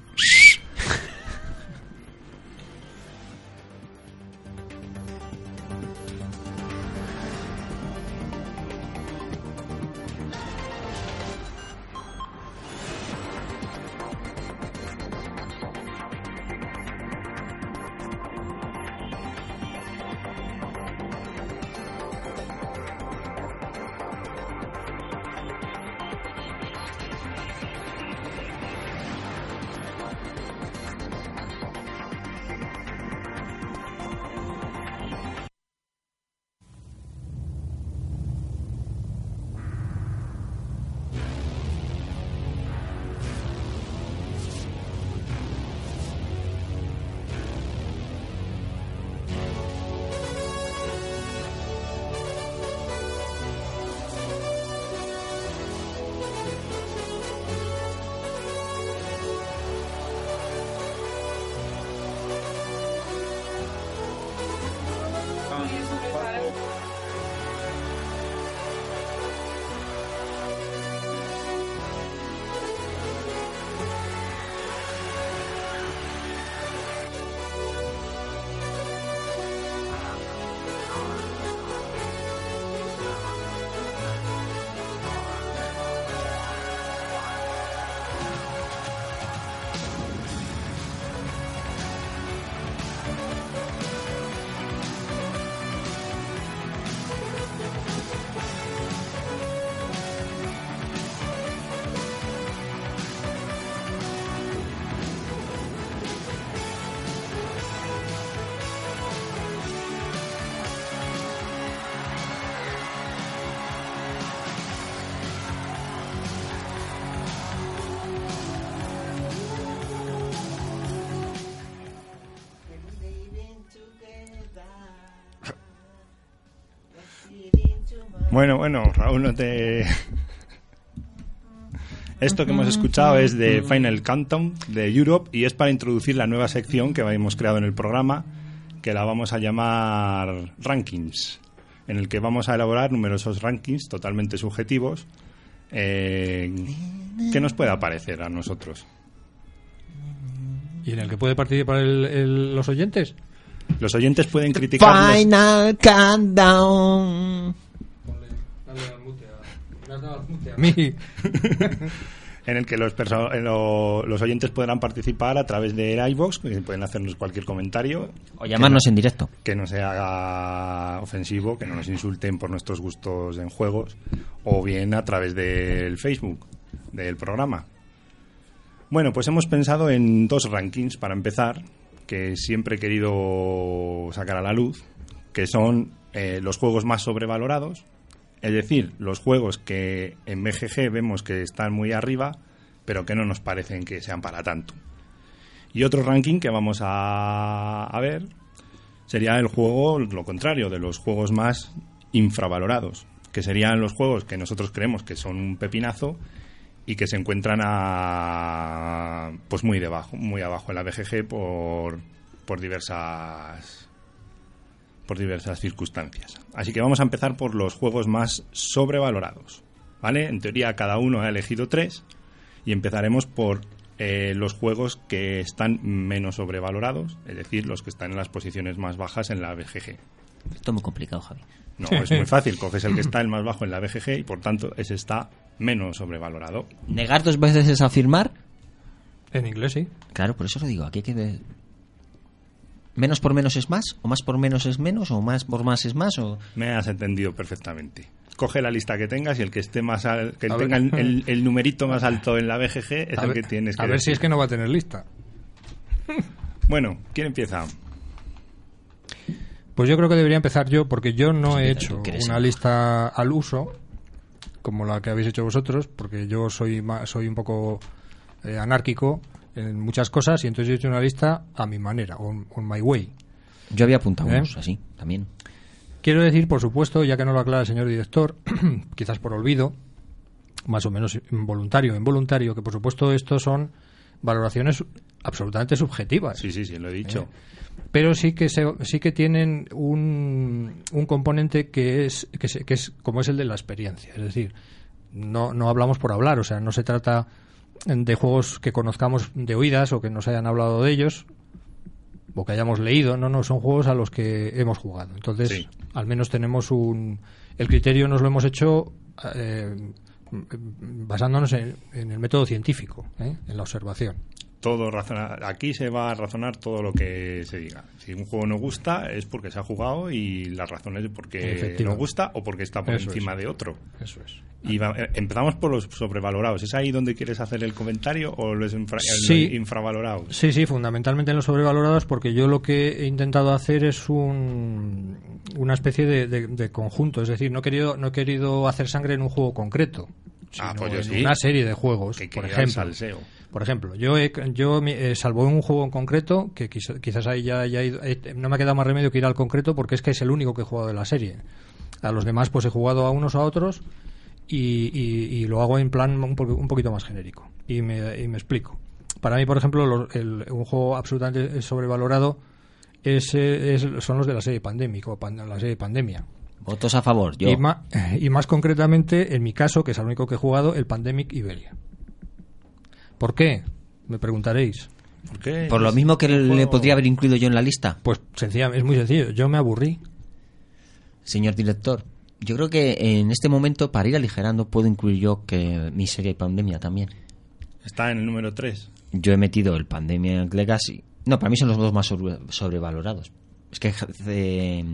[SPEAKER 2] Bueno, bueno, Raúl, no te... Esto que hemos escuchado es de Final Countdown de Europe y es para introducir la nueva sección que hemos creado en el programa, que la vamos a llamar Rankings, en el que vamos a elaborar numerosos rankings totalmente subjetivos eh, que nos pueda parecer a nosotros.
[SPEAKER 5] ¿Y en el que puede participar el- el- los oyentes?
[SPEAKER 2] Los oyentes pueden criticar.
[SPEAKER 3] Final Countdown.
[SPEAKER 5] [LAUGHS] A mí.
[SPEAKER 2] en el que los, perso- en lo- los oyentes podrán participar a través de iVoox, eh, pueden hacernos cualquier comentario.
[SPEAKER 3] O llamarnos en directo.
[SPEAKER 2] Que no se haga ofensivo, que no nos insulten por nuestros gustos en juegos, o bien a través del Facebook del programa. Bueno, pues hemos pensado en dos rankings para empezar, que siempre he querido sacar a la luz, que son eh, los juegos más sobrevalorados, es decir, los juegos que en BGG vemos que están muy arriba, pero que no nos parecen que sean para tanto. Y otro ranking que vamos a, a ver sería el juego, lo contrario, de los juegos más infravalorados, que serían los juegos que nosotros creemos que son un pepinazo y que se encuentran a, pues muy debajo, muy abajo en la BGG por, por diversas por diversas circunstancias. Así que vamos a empezar por los juegos más sobrevalorados, ¿vale? En teoría cada uno ha elegido tres y empezaremos por eh, los juegos que están menos sobrevalorados, es decir, los que están en las posiciones más bajas en la BGG.
[SPEAKER 3] Esto es muy complicado, Javi.
[SPEAKER 2] No, es muy fácil, coges el que está el más bajo en la BGG y por tanto ese está menos sobrevalorado.
[SPEAKER 3] Negar dos veces es afirmar.
[SPEAKER 5] En inglés, sí.
[SPEAKER 3] Claro, por eso lo digo. Aquí hay que. ver- Menos por menos es más, o más por menos es menos, o más por más es más, o.
[SPEAKER 2] Me has entendido perfectamente. Coge la lista que tengas y el que esté más al- que
[SPEAKER 5] A
[SPEAKER 2] tenga
[SPEAKER 5] ver.
[SPEAKER 2] el, el- el numerito
[SPEAKER 5] [LAUGHS]
[SPEAKER 2] más alto en la BGG es
[SPEAKER 5] a
[SPEAKER 2] el
[SPEAKER 5] ver,
[SPEAKER 2] que tienes que
[SPEAKER 5] a ver si
[SPEAKER 2] decir.
[SPEAKER 5] es que no va a tener lista.
[SPEAKER 2] Bueno, ¿quién empieza?
[SPEAKER 5] Pues yo creo que debería empezar yo, porque yo no he
[SPEAKER 3] tú
[SPEAKER 5] hecho
[SPEAKER 3] quieres
[SPEAKER 5] una
[SPEAKER 3] ser.
[SPEAKER 5] lista al uso, como la que habéis hecho vosotros, porque yo soy, ma- soy un poco eh, anárquico en muchas cosas, y entonces yo he hecho una lista a mi manera, on, on my way.
[SPEAKER 3] Yo había apuntado
[SPEAKER 5] ¿Eh?
[SPEAKER 3] unos así, también.
[SPEAKER 5] Quiero decir, por supuesto, ya que no lo aclara el señor director, [CLEARS THROAT] quizás por olvido, más o menos voluntario, involuntario, que por supuesto estos son valoraciones absolutamente subjetivas.
[SPEAKER 2] Sí, sí, sí, lo he dicho.
[SPEAKER 5] Eh, pero sí que se- sí que tienen un, un componente que es que, se- que es como es el de la experiencia es decir no no hablamos por hablar o sea no se trata de juegos que conozcamos de oídas o que nos hayan hablado de ellos o que hayamos leído no no son juegos a los que hemos jugado entonces
[SPEAKER 2] Sí.
[SPEAKER 5] al menos tenemos un el criterio nos lo hemos hecho eh, basándonos en, en el método científico ¿eh? en la observación
[SPEAKER 2] Todo razona- aquí se va a razonar todo lo que se diga. Si un juego no gusta es porque se ha jugado y las razones de por qué
[SPEAKER 5] Efectivamente.
[SPEAKER 2] no gusta o porque está por
[SPEAKER 5] Eso es.
[SPEAKER 2] encima de otro.
[SPEAKER 5] eso es
[SPEAKER 2] Y va- eh, empezamos por los sobrevalorados. ¿Es ahí donde quieres hacer el comentario o los, infra- Pues
[SPEAKER 5] Sí.
[SPEAKER 2] los infravalorados?
[SPEAKER 5] Sí, sí, fundamentalmente en los sobrevalorados, porque yo lo que he intentado hacer es un, una especie de, de- de conjunto. Es decir, no he, querido, no he querido hacer sangre en un juego concreto, sino
[SPEAKER 2] Ah, pues yo
[SPEAKER 5] en
[SPEAKER 2] sí.
[SPEAKER 5] una serie de juegos.
[SPEAKER 2] Que
[SPEAKER 5] por
[SPEAKER 2] quería el
[SPEAKER 5] ejemplo,
[SPEAKER 2] salseo.
[SPEAKER 5] por ejemplo, yo, he- yo mi- eh, salvo un juego en concreto, que quizá- quizás ahí ya haya ido- eh, no me ha quedado más remedio que ir al concreto porque es que es el único que he jugado de la serie. A los demás pues he jugado a unos o a otros y, y- y lo hago en plan un, po- un poquito más genérico. Y me, y me explico. Para mí, por ejemplo, lo- el- un juego absolutamente sobrevalorado es, eh, es- son los de la serie Pandemic o pan- la serie Pandemia.
[SPEAKER 3] Votos a favor, yo.
[SPEAKER 5] Y, ma- eh, y más concretamente, en mi caso, que es el único que he jugado, el Pandemic Iberia. ¿Por qué? Me preguntaréis.
[SPEAKER 2] ¿Por qué?
[SPEAKER 3] Por lo mismo que le podría haber incluido yo en la lista.
[SPEAKER 5] Pues sencilla, es muy sencillo. Yo me aburrí.
[SPEAKER 3] Señor director, yo creo que en este momento, para ir aligerando, puedo incluir yo que mi serie Pandemia también.
[SPEAKER 2] Está en el número 3.
[SPEAKER 3] Yo he metido el Pandemia Legacy. No, para mí son los dos más sobre- sobrevalorados. Es que eh,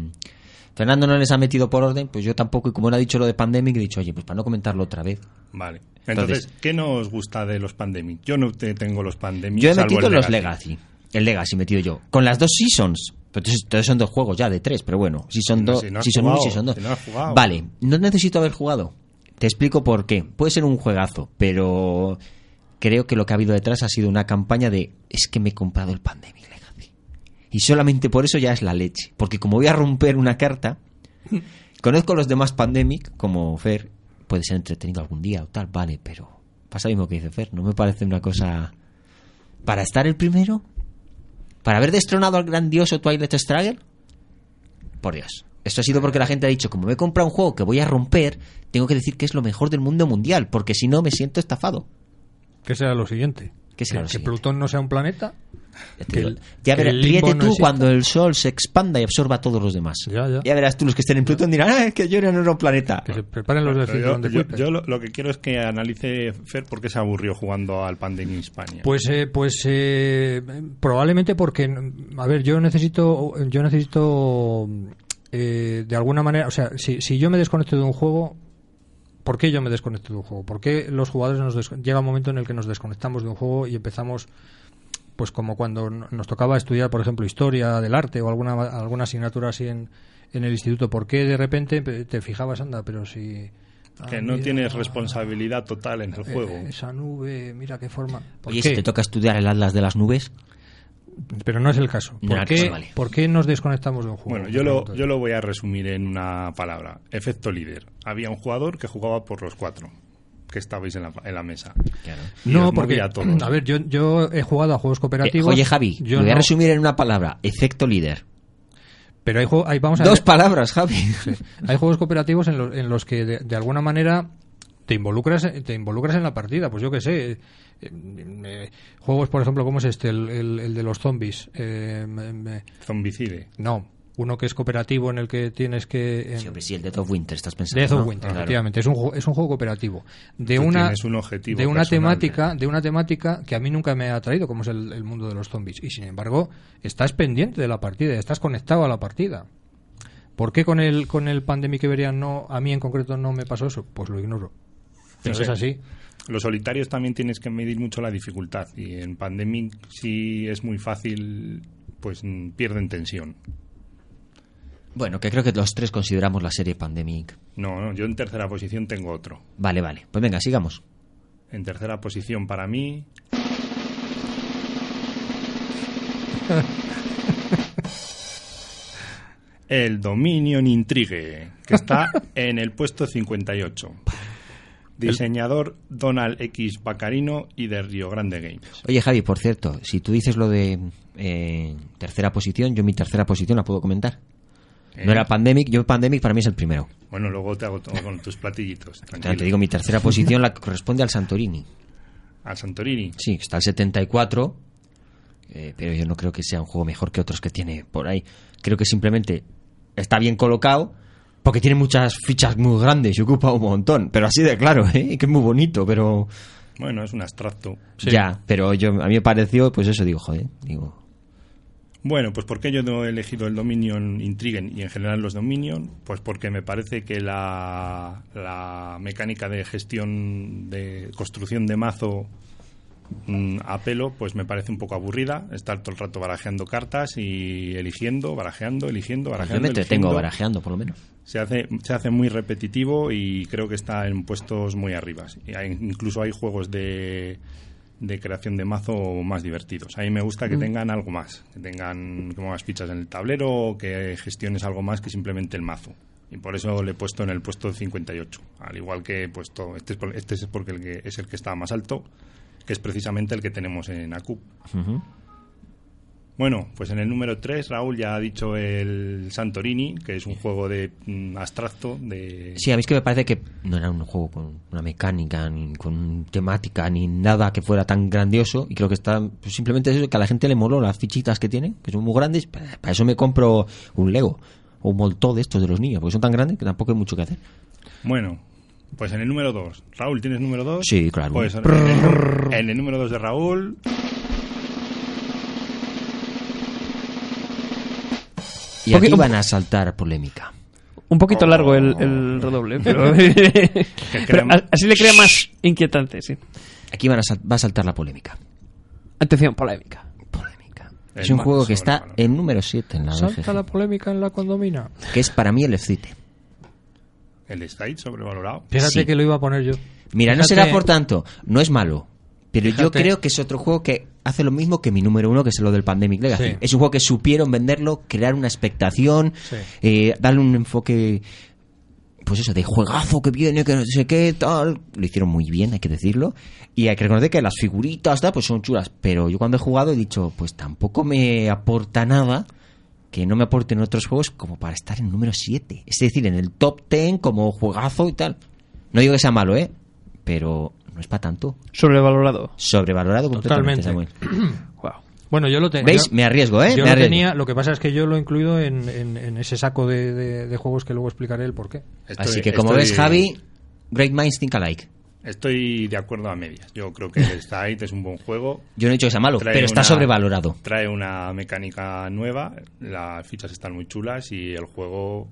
[SPEAKER 3] Fernando no les ha metido por orden, pues yo tampoco. Y como él ha dicho lo de Pandemic, he dicho, oye, pues para no comentarlo otra vez.
[SPEAKER 2] Vale. Entonces,
[SPEAKER 3] Entonces-
[SPEAKER 2] ¿qué nos gusta de los pandemic? Yo no te tengo los pandemic.
[SPEAKER 3] Yo he
[SPEAKER 2] salvo
[SPEAKER 3] metido
[SPEAKER 2] el
[SPEAKER 3] los
[SPEAKER 2] Legacy.
[SPEAKER 3] Legacy. El Legacy he metido yo. Con las dos Seasons. Pero entonces, entonces son dos juegos ya, de tres, pero bueno. Season
[SPEAKER 2] Pero
[SPEAKER 3] 2,
[SPEAKER 2] si no has
[SPEAKER 3] Season 1 y
[SPEAKER 2] jugado,
[SPEAKER 3] Season 2.
[SPEAKER 2] si no has jugado.
[SPEAKER 3] vale, no necesito haber jugado. Te explico por qué. Puede ser un juegazo, pero creo que lo que ha habido detrás ha sido una campaña de es que me he comprado el Pandemic
[SPEAKER 2] [LAUGHS]
[SPEAKER 3] Legacy. Y solamente por eso ya es la leche. Porque como voy a romper una carta, Conozco los demás Pandemic, como Fer, puede ser entretenido algún día o tal, vale, pero pasa lo mismo que dice Fer, no me parece una cosa... ¿Para estar el primero? ¿Para haber destronado al grandioso Twilight Struggle? Por Dios. Esto ha sido porque la gente ha dicho, como me he comprado un juego que voy a romper, tengo que decir que es lo mejor del mundo mundial, porque si no me siento estafado.
[SPEAKER 5] ¿Qué será lo siguiente?
[SPEAKER 3] ¿Qué será
[SPEAKER 5] que,
[SPEAKER 3] lo
[SPEAKER 5] que
[SPEAKER 3] siguiente?
[SPEAKER 5] Plutón no sea un planeta.
[SPEAKER 3] Ya, te
[SPEAKER 5] Que
[SPEAKER 3] digo.
[SPEAKER 5] el-
[SPEAKER 3] Ya
[SPEAKER 5] que
[SPEAKER 3] verás,
[SPEAKER 5] el
[SPEAKER 3] ríete
[SPEAKER 5] limbo no
[SPEAKER 3] tú
[SPEAKER 5] existe.
[SPEAKER 3] cuando el Sol se expanda y absorba a todos los demás.
[SPEAKER 5] Ya, ya.
[SPEAKER 3] verás tú los que estén en Plutón dirán, ah, es que yo era en otro planeta.
[SPEAKER 5] Que se preparen los del
[SPEAKER 2] Pero
[SPEAKER 5] cinturón de
[SPEAKER 2] yo, yo-
[SPEAKER 5] Kuiper.
[SPEAKER 2] yo lo, lo que quiero es que analice Fer por qué se aburrió jugando al Pandemic España.
[SPEAKER 5] Pues, eh, pues eh, probablemente porque, a ver, yo necesito, yo necesito, eh, de alguna manera, o sea, si, si yo me desconecto de un juego, ¿por qué yo me desconecto de un juego? ¿Por qué los jugadores nos descon- llega un momento en el que nos desconectamos de un juego y empezamos, pues como cuando no- nos tocaba estudiar, por ejemplo, historia del arte o alguna alguna asignatura así en, en el instituto? ¿Por qué de repente te fijabas, anda, pero si
[SPEAKER 2] que
[SPEAKER 5] ah,
[SPEAKER 2] no
[SPEAKER 5] mira,
[SPEAKER 2] tienes responsabilidad total en el
[SPEAKER 5] eh,
[SPEAKER 2] juego.
[SPEAKER 5] Esa nube, mira qué forma. ¿Por
[SPEAKER 3] Oye,
[SPEAKER 5] qué?
[SPEAKER 3] si te toca estudiar el Atlas de las nubes,
[SPEAKER 5] Pero no es el caso. ¿Por,
[SPEAKER 3] No,
[SPEAKER 5] qué,
[SPEAKER 3] no vale.
[SPEAKER 5] por qué nos desconectamos de un juego?
[SPEAKER 2] Bueno, yo lo, yo lo voy a resumir en una palabra. Efecto líder. Había un jugador que jugaba por los cuatro que estabais en la, en la mesa. Y
[SPEAKER 5] No,
[SPEAKER 2] os
[SPEAKER 5] porque.
[SPEAKER 2] movía a todos.
[SPEAKER 5] A ver, yo, yo he jugado a juegos
[SPEAKER 3] Eh,
[SPEAKER 5] cooperativos.
[SPEAKER 3] oye Javi,
[SPEAKER 5] yo
[SPEAKER 3] lo voy a
[SPEAKER 5] no,
[SPEAKER 3] resumir en una palabra, efecto líder.
[SPEAKER 5] Pero hay, juego- hay- vamos a
[SPEAKER 3] Dos
[SPEAKER 5] ver,
[SPEAKER 3] palabras, Javi. [LAUGHS]
[SPEAKER 5] hay juegos cooperativos en, los- en los que de, de alguna manera te involucras te involucras en la partida. Pues yo qué sé. eh, eh, juegos, por ejemplo, ¿cómo es este? El, el- el de los zombies. Eh, me- me-
[SPEAKER 2] Zombicide.
[SPEAKER 5] no, uno que es cooperativo en el que tienes que. en-
[SPEAKER 3] Sí, hombre, sí, el Death of Winter, estás pensando.
[SPEAKER 5] Death of
[SPEAKER 3] ¿no?
[SPEAKER 5] Winter,
[SPEAKER 3] Claro.
[SPEAKER 5] efectivamente, es un, ju- es un juego cooperativo de
[SPEAKER 2] Tú
[SPEAKER 5] una
[SPEAKER 2] tienes un objetivo
[SPEAKER 5] de una
[SPEAKER 2] personal,
[SPEAKER 5] temática de una temática que a mí nunca me ha atraído como es el, el mundo de los zombies y sin embargo estás pendiente de la partida, estás conectado a la partida. ¿Por qué con el con el Pandemic Iberian no a mí en concreto no me pasó eso? Pues lo ignoro. Pero
[SPEAKER 2] sé.
[SPEAKER 5] es así.
[SPEAKER 2] Los solitarios también tienes que medir mucho la dificultad. Y en Pandemic, si es muy fácil, pues mm, pierden tensión.
[SPEAKER 3] Bueno, que creo que los tres consideramos la serie Pandemic.
[SPEAKER 2] No, no, yo en tercera posición tengo otro.
[SPEAKER 3] Vale, vale. Pues venga, sigamos.
[SPEAKER 2] En tercera posición para
[SPEAKER 3] [LAUGHS]
[SPEAKER 2] mí. El Dominion Intrigue, que
[SPEAKER 3] [LAUGHS]
[SPEAKER 2] está en el puesto 58. Diseñador Donald X. Bacarino y de Río Grande Games.
[SPEAKER 3] Oye, Javi, por cierto, si tú dices lo de eh, tercera posición, yo mi tercera posición la puedo comentar. No
[SPEAKER 2] Eh.
[SPEAKER 3] era Pandemic, yo Pandemic para mí es el primero.
[SPEAKER 2] Bueno, luego te hago todo con tus platillitos.
[SPEAKER 3] Te-
[SPEAKER 2] Tranquilo.
[SPEAKER 3] Te digo,
[SPEAKER 2] [LAUGHS]
[SPEAKER 3] mi tercera posición la que corresponde al Santorini.
[SPEAKER 2] Al Santorini.
[SPEAKER 3] Sí, está el 74, eh, pero yo no creo que sea un juego mejor que otros que tiene por ahí. Creo que simplemente está bien colocado porque tiene muchas fichas muy grandes y ocupa un montón. Pero así de claro, [LAUGHS] ¿eh? que es muy bonito, pero...
[SPEAKER 2] Bueno, es un abstracto.
[SPEAKER 3] Ya, pero yo, a mí me pareció, pues eso digo, joder, digo...
[SPEAKER 2] Bueno, pues ¿por qué yo no he elegido el Dominion Intrigue y en general los Dominion? Pues porque me parece que la, la mecánica de gestión de construcción de mazo mm, a pelo, pues me parece un poco aburrida, estar todo el rato barajeando cartas y eligiendo, barajeando, eligiendo,
[SPEAKER 3] pues
[SPEAKER 2] barajeando.
[SPEAKER 3] yo me entretengo
[SPEAKER 2] eligiendo.
[SPEAKER 3] barajeando, por lo menos.
[SPEAKER 2] Se hace, se hace muy repetitivo y creo que está en puestos muy arriba. Y hay- incluso hay juegos de, de creación de mazo más divertidos. A mí me gusta que tengan algo más, que tengan como más fichas en el tablero o que gestiones algo más que simplemente el mazo. Y por eso le he puesto en el puesto 58. Al igual que he puesto, este es, por- este es porque el que, es el que está más alto, que es precisamente el que tenemos en ACUP. Bueno, pues en el número 3, Raúl ya ha dicho el Santorini, que es un juego de mm, abstracto, de...
[SPEAKER 3] Sí, a mí es que me parece que no era un juego con una mecánica, ni con temática, ni nada que fuera tan grandioso. Y creo que está pues, simplemente eso, que a la gente le moló las fichitas que tiene, que son muy grandes. Para para eso me compro un Lego o un molto de estos de los niños, porque son tan grandes que tampoco hay mucho que hacer.
[SPEAKER 2] Bueno, pues en el número 2. Raúl, ¿tienes número 2?
[SPEAKER 3] Sí, claro.
[SPEAKER 2] Pues en el, en el número 2 de Raúl,
[SPEAKER 3] Y
[SPEAKER 4] Porque-
[SPEAKER 3] aquí van a saltar polémica.
[SPEAKER 4] Un poquito
[SPEAKER 2] Oh.
[SPEAKER 4] largo el, el redoble,
[SPEAKER 3] [LAUGHS]
[SPEAKER 4] pero, [LAUGHS] pero
[SPEAKER 2] creemos-
[SPEAKER 4] a- así le crea más inquietante, sí.
[SPEAKER 3] Aquí van a sal- va a saltar la polémica.
[SPEAKER 4] Atención, polémica.
[SPEAKER 3] Polémica.
[SPEAKER 2] El
[SPEAKER 3] Es un
[SPEAKER 2] mar
[SPEAKER 3] juego que
[SPEAKER 2] sobre
[SPEAKER 3] está
[SPEAKER 2] valor.
[SPEAKER 3] en número 7 en la
[SPEAKER 5] Salta
[SPEAKER 3] BGG,
[SPEAKER 5] la polémica en la condomina.
[SPEAKER 3] que es para mí el FCITE.
[SPEAKER 2] el State sobrevalorado.
[SPEAKER 5] Fíjate
[SPEAKER 3] Sí.
[SPEAKER 5] que lo iba a poner yo.
[SPEAKER 3] Mira, no
[SPEAKER 5] Fíjate-
[SPEAKER 3] será por tanto, no es malo. Pero yo
[SPEAKER 5] Fíjate.
[SPEAKER 3] creo que es otro juego que hace lo mismo que mi número uno, que es lo del Pandemic Legacy.
[SPEAKER 5] Sí.
[SPEAKER 3] Es un juego que supieron venderlo, crear una expectación,
[SPEAKER 5] Sí.
[SPEAKER 3] eh, darle un enfoque pues eso, de juegazo que viene, que no sé qué, tal. Lo hicieron muy bien, hay que decirlo. Y hay que reconocer que las figuritas, tal, pues son chulas. Pero yo cuando he jugado he dicho, pues tampoco me aporta nada que no me aporten otros juegos como para estar en número 7. Es decir, en el top 10 como juegazo y tal. No digo que sea malo, ¿eh? Pero no es para tanto.
[SPEAKER 4] Sobrevalorado.
[SPEAKER 3] Sobrevalorado completamente,
[SPEAKER 5] Totalmente.
[SPEAKER 3] Samuel.
[SPEAKER 4] Wow.
[SPEAKER 5] Bueno, yo lo tengo.
[SPEAKER 3] ¿Veis? Me arriesgo, ¿eh?
[SPEAKER 5] Yo
[SPEAKER 3] Me
[SPEAKER 5] lo
[SPEAKER 3] arriesgo.
[SPEAKER 5] tenía, lo que pasa es que yo lo he incluido en, en- en ese saco de, de- de juegos que luego explicaré el porqué.
[SPEAKER 3] Así que como ves, Javi, Great Minds Think Alike.
[SPEAKER 2] Estoy de acuerdo a medias. Yo creo que el Starlight es un buen juego.
[SPEAKER 3] Yo no he dicho que sea malo,
[SPEAKER 2] Trae
[SPEAKER 3] pero está
[SPEAKER 2] una-
[SPEAKER 3] sobrevalorado.
[SPEAKER 2] Trae una mecánica nueva, las fichas están muy chulas y el juego...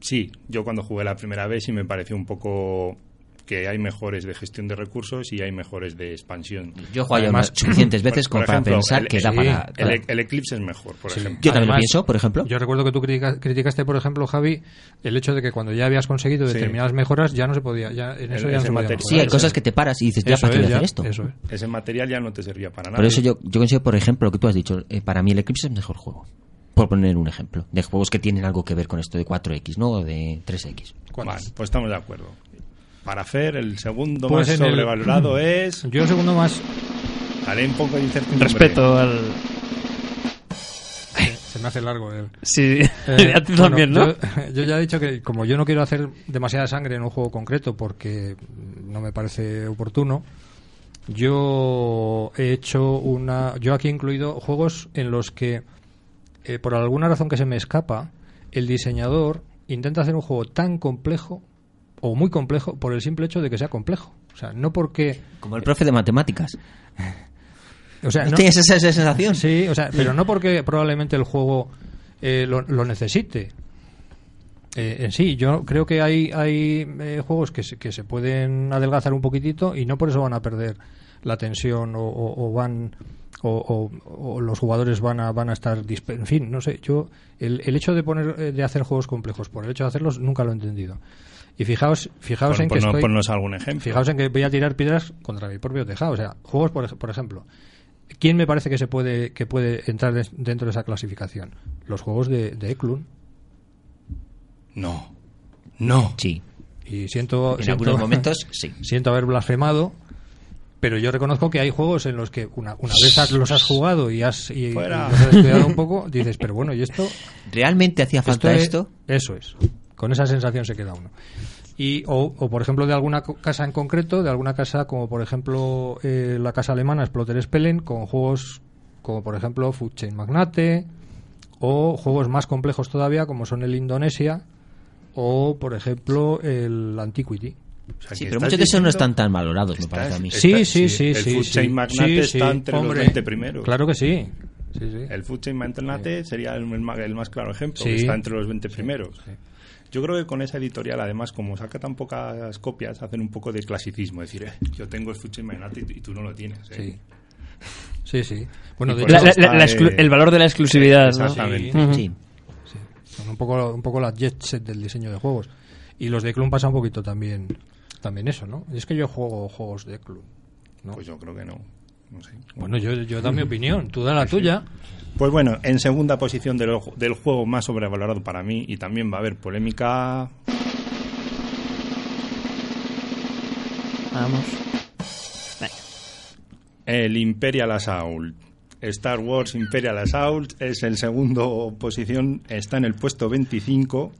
[SPEAKER 2] Sí, yo cuando jugué la primera vez sí me pareció un poco que hay mejores de gestión de recursos y hay mejores de expansión.
[SPEAKER 3] Yo he jugado
[SPEAKER 5] Además,
[SPEAKER 2] [CLEARS THROAT]
[SPEAKER 3] suficientes veces
[SPEAKER 2] por- por
[SPEAKER 3] como para
[SPEAKER 2] ejemplo,
[SPEAKER 3] pensar
[SPEAKER 2] el-
[SPEAKER 3] que da
[SPEAKER 5] sí,
[SPEAKER 3] para...
[SPEAKER 2] El,
[SPEAKER 3] para-
[SPEAKER 2] e- el Eclipse es mejor, por ejemplo.
[SPEAKER 3] Yo también lo
[SPEAKER 5] Además,
[SPEAKER 3] pienso, por ejemplo.
[SPEAKER 5] Yo recuerdo que tú critica- criticaste, por ejemplo, Javi, el hecho de que cuando ya habías conseguido
[SPEAKER 2] Sí.
[SPEAKER 5] determinadas mejoras ya no se podía, ya en eso
[SPEAKER 2] El-
[SPEAKER 5] ya no
[SPEAKER 2] ese
[SPEAKER 5] se podía
[SPEAKER 2] material-
[SPEAKER 3] Sí, hay
[SPEAKER 5] mejorar.
[SPEAKER 3] cosas que te paras y dices, ya,
[SPEAKER 5] Eso
[SPEAKER 3] ¿para qué
[SPEAKER 5] es,
[SPEAKER 3] voy a
[SPEAKER 5] ya,
[SPEAKER 3] hacer esto?
[SPEAKER 5] eso es.
[SPEAKER 2] Ese material ya no te servía para nada.
[SPEAKER 3] Por eso yo, yo considero, por ejemplo, lo que tú has dicho, eh, para mí el Eclipse es el mejor juego. Por poner un ejemplo, de juegos que tienen algo que ver con esto de 4X, ¿no? O de 3X.
[SPEAKER 5] ¿Cuál
[SPEAKER 2] Vale,
[SPEAKER 5] es?
[SPEAKER 2] pues estamos de acuerdo. Para Fer, el segundo
[SPEAKER 5] Pues
[SPEAKER 2] más
[SPEAKER 5] en el- [CLEARS THROAT]
[SPEAKER 2] sobrevalorado es...
[SPEAKER 5] Yo segundo más,
[SPEAKER 2] Haré un poco de incertidumbre.
[SPEAKER 4] Respeto al.
[SPEAKER 5] se me hace largo el...
[SPEAKER 4] Sí, [LAUGHS]
[SPEAKER 5] Eh,
[SPEAKER 4] a ti
[SPEAKER 5] bueno,
[SPEAKER 4] también, ¿no?
[SPEAKER 5] Yo, yo ya he dicho que como yo no quiero hacer demasiada sangre en un juego concreto porque no me parece oportuno, yo he hecho una... Yo aquí he incluido juegos en los que, eh, por alguna razón que se me escapa, el diseñador intenta hacer un juego tan complejo o muy complejo por el simple hecho de que sea complejo. O sea, no porque...
[SPEAKER 3] Como el profe de matemáticas.
[SPEAKER 5] O sea,
[SPEAKER 3] ¿No
[SPEAKER 5] no-
[SPEAKER 3] tienes esa, esa sensación?
[SPEAKER 5] Sí, o sea, pero no porque probablemente el juego eh, lo, lo necesite. Eh, en sí, yo creo que hay, hay eh, juegos que se, que se pueden adelgazar un poquitito y no por eso van a perder la tensión o, o- o van o, o- o los jugadores van a van a estar disp- en fin no sé yo el, el hecho de poner eh, de hacer juegos complejos por el hecho de hacerlos nunca lo he entendido y fijaos fijaos
[SPEAKER 2] Pon-
[SPEAKER 5] en que
[SPEAKER 2] ponnos-
[SPEAKER 5] estoy
[SPEAKER 2] ponnos algún ejemplo.
[SPEAKER 5] Fijaos en que voy a tirar piedras contra mi propio tejado. O sea, juegos, por, ej- por ejemplo. ¿Quién me parece que se puede que puede entrar des- dentro de esa clasificación? Los juegos de, de Eklund.
[SPEAKER 2] No. No.
[SPEAKER 3] Sí.
[SPEAKER 5] Y siento,
[SPEAKER 3] En
[SPEAKER 5] siento- [LAUGHS]
[SPEAKER 3] algunos momentos, sí.
[SPEAKER 5] siento haber blasfemado, pero yo reconozco que hay juegos en los que una, una vez has- los has jugado y has, y, y los
[SPEAKER 2] Fuera.
[SPEAKER 5] has estudiado un poco, dices, pero bueno, ¿y esto?
[SPEAKER 3] ¿Realmente hacía falta
[SPEAKER 5] es-
[SPEAKER 3] esto?
[SPEAKER 5] Eso es. Con esa sensación se queda uno. Y, o, o, por ejemplo, de alguna co- casa en concreto, de alguna casa como, por ejemplo, eh, la casa alemana Splotter Spellen, con juegos como, por ejemplo, Food Chain Magnate, o juegos más complejos todavía, como son el Indonesia, o, por ejemplo, el Antiquity.
[SPEAKER 2] O sea,
[SPEAKER 3] Sí,
[SPEAKER 2] que
[SPEAKER 3] pero
[SPEAKER 2] estás
[SPEAKER 3] muchos de esos no
[SPEAKER 2] diciendo-
[SPEAKER 3] están tan valorados, me
[SPEAKER 2] estás-
[SPEAKER 3] parece a mí.
[SPEAKER 5] Sí,
[SPEAKER 2] Está-
[SPEAKER 5] sí, sí,
[SPEAKER 2] el
[SPEAKER 5] sí.
[SPEAKER 2] Food
[SPEAKER 5] sí.
[SPEAKER 2] Chain Magnate
[SPEAKER 5] Sí,
[SPEAKER 2] está
[SPEAKER 5] sí,
[SPEAKER 2] entre
[SPEAKER 5] hombre.
[SPEAKER 2] los 20 primeros.
[SPEAKER 5] Claro que sí. Sí, sí.
[SPEAKER 2] El Food Chain Magnate sería el, el ma- el más claro ejemplo,
[SPEAKER 5] Sí.
[SPEAKER 2] que está entre los 20 primeros. Yo creo que con esa editorial, además, como saca tan pocas copias, hacen un poco de clasicismo. Es decir, eh, yo tengo el Food Chain Magnate y, y tú no lo tienes.
[SPEAKER 5] Sí.
[SPEAKER 2] ¿eh? [LAUGHS]
[SPEAKER 5] Sí, sí. Bueno, de
[SPEAKER 2] por
[SPEAKER 5] hecho,
[SPEAKER 4] La- la-
[SPEAKER 2] está
[SPEAKER 4] la exclu-
[SPEAKER 2] de-
[SPEAKER 4] el valor de la exclusividad, ¿no?
[SPEAKER 2] Exactamente.
[SPEAKER 4] Ujú.
[SPEAKER 3] pues eh, Sí.
[SPEAKER 5] Son un poco, un poco las jet set del diseño de juegos. Y los de Clun pasa un poquito también, también eso, ¿no? Y es que yo juego juegos de Clun. ¿no?
[SPEAKER 2] Pues yo creo que no. No sé.
[SPEAKER 5] Bueno, yo, yo da mi opinión, tú da la tuya.
[SPEAKER 2] Pues bueno, en segunda posición del, ojo- del juego más sobrevalorado para mí, y también va a haber polémica,
[SPEAKER 4] Vamos. Venga.
[SPEAKER 2] el Imperial Assault. Star Wars Imperial Assault es el segundo posición, está en el puesto 25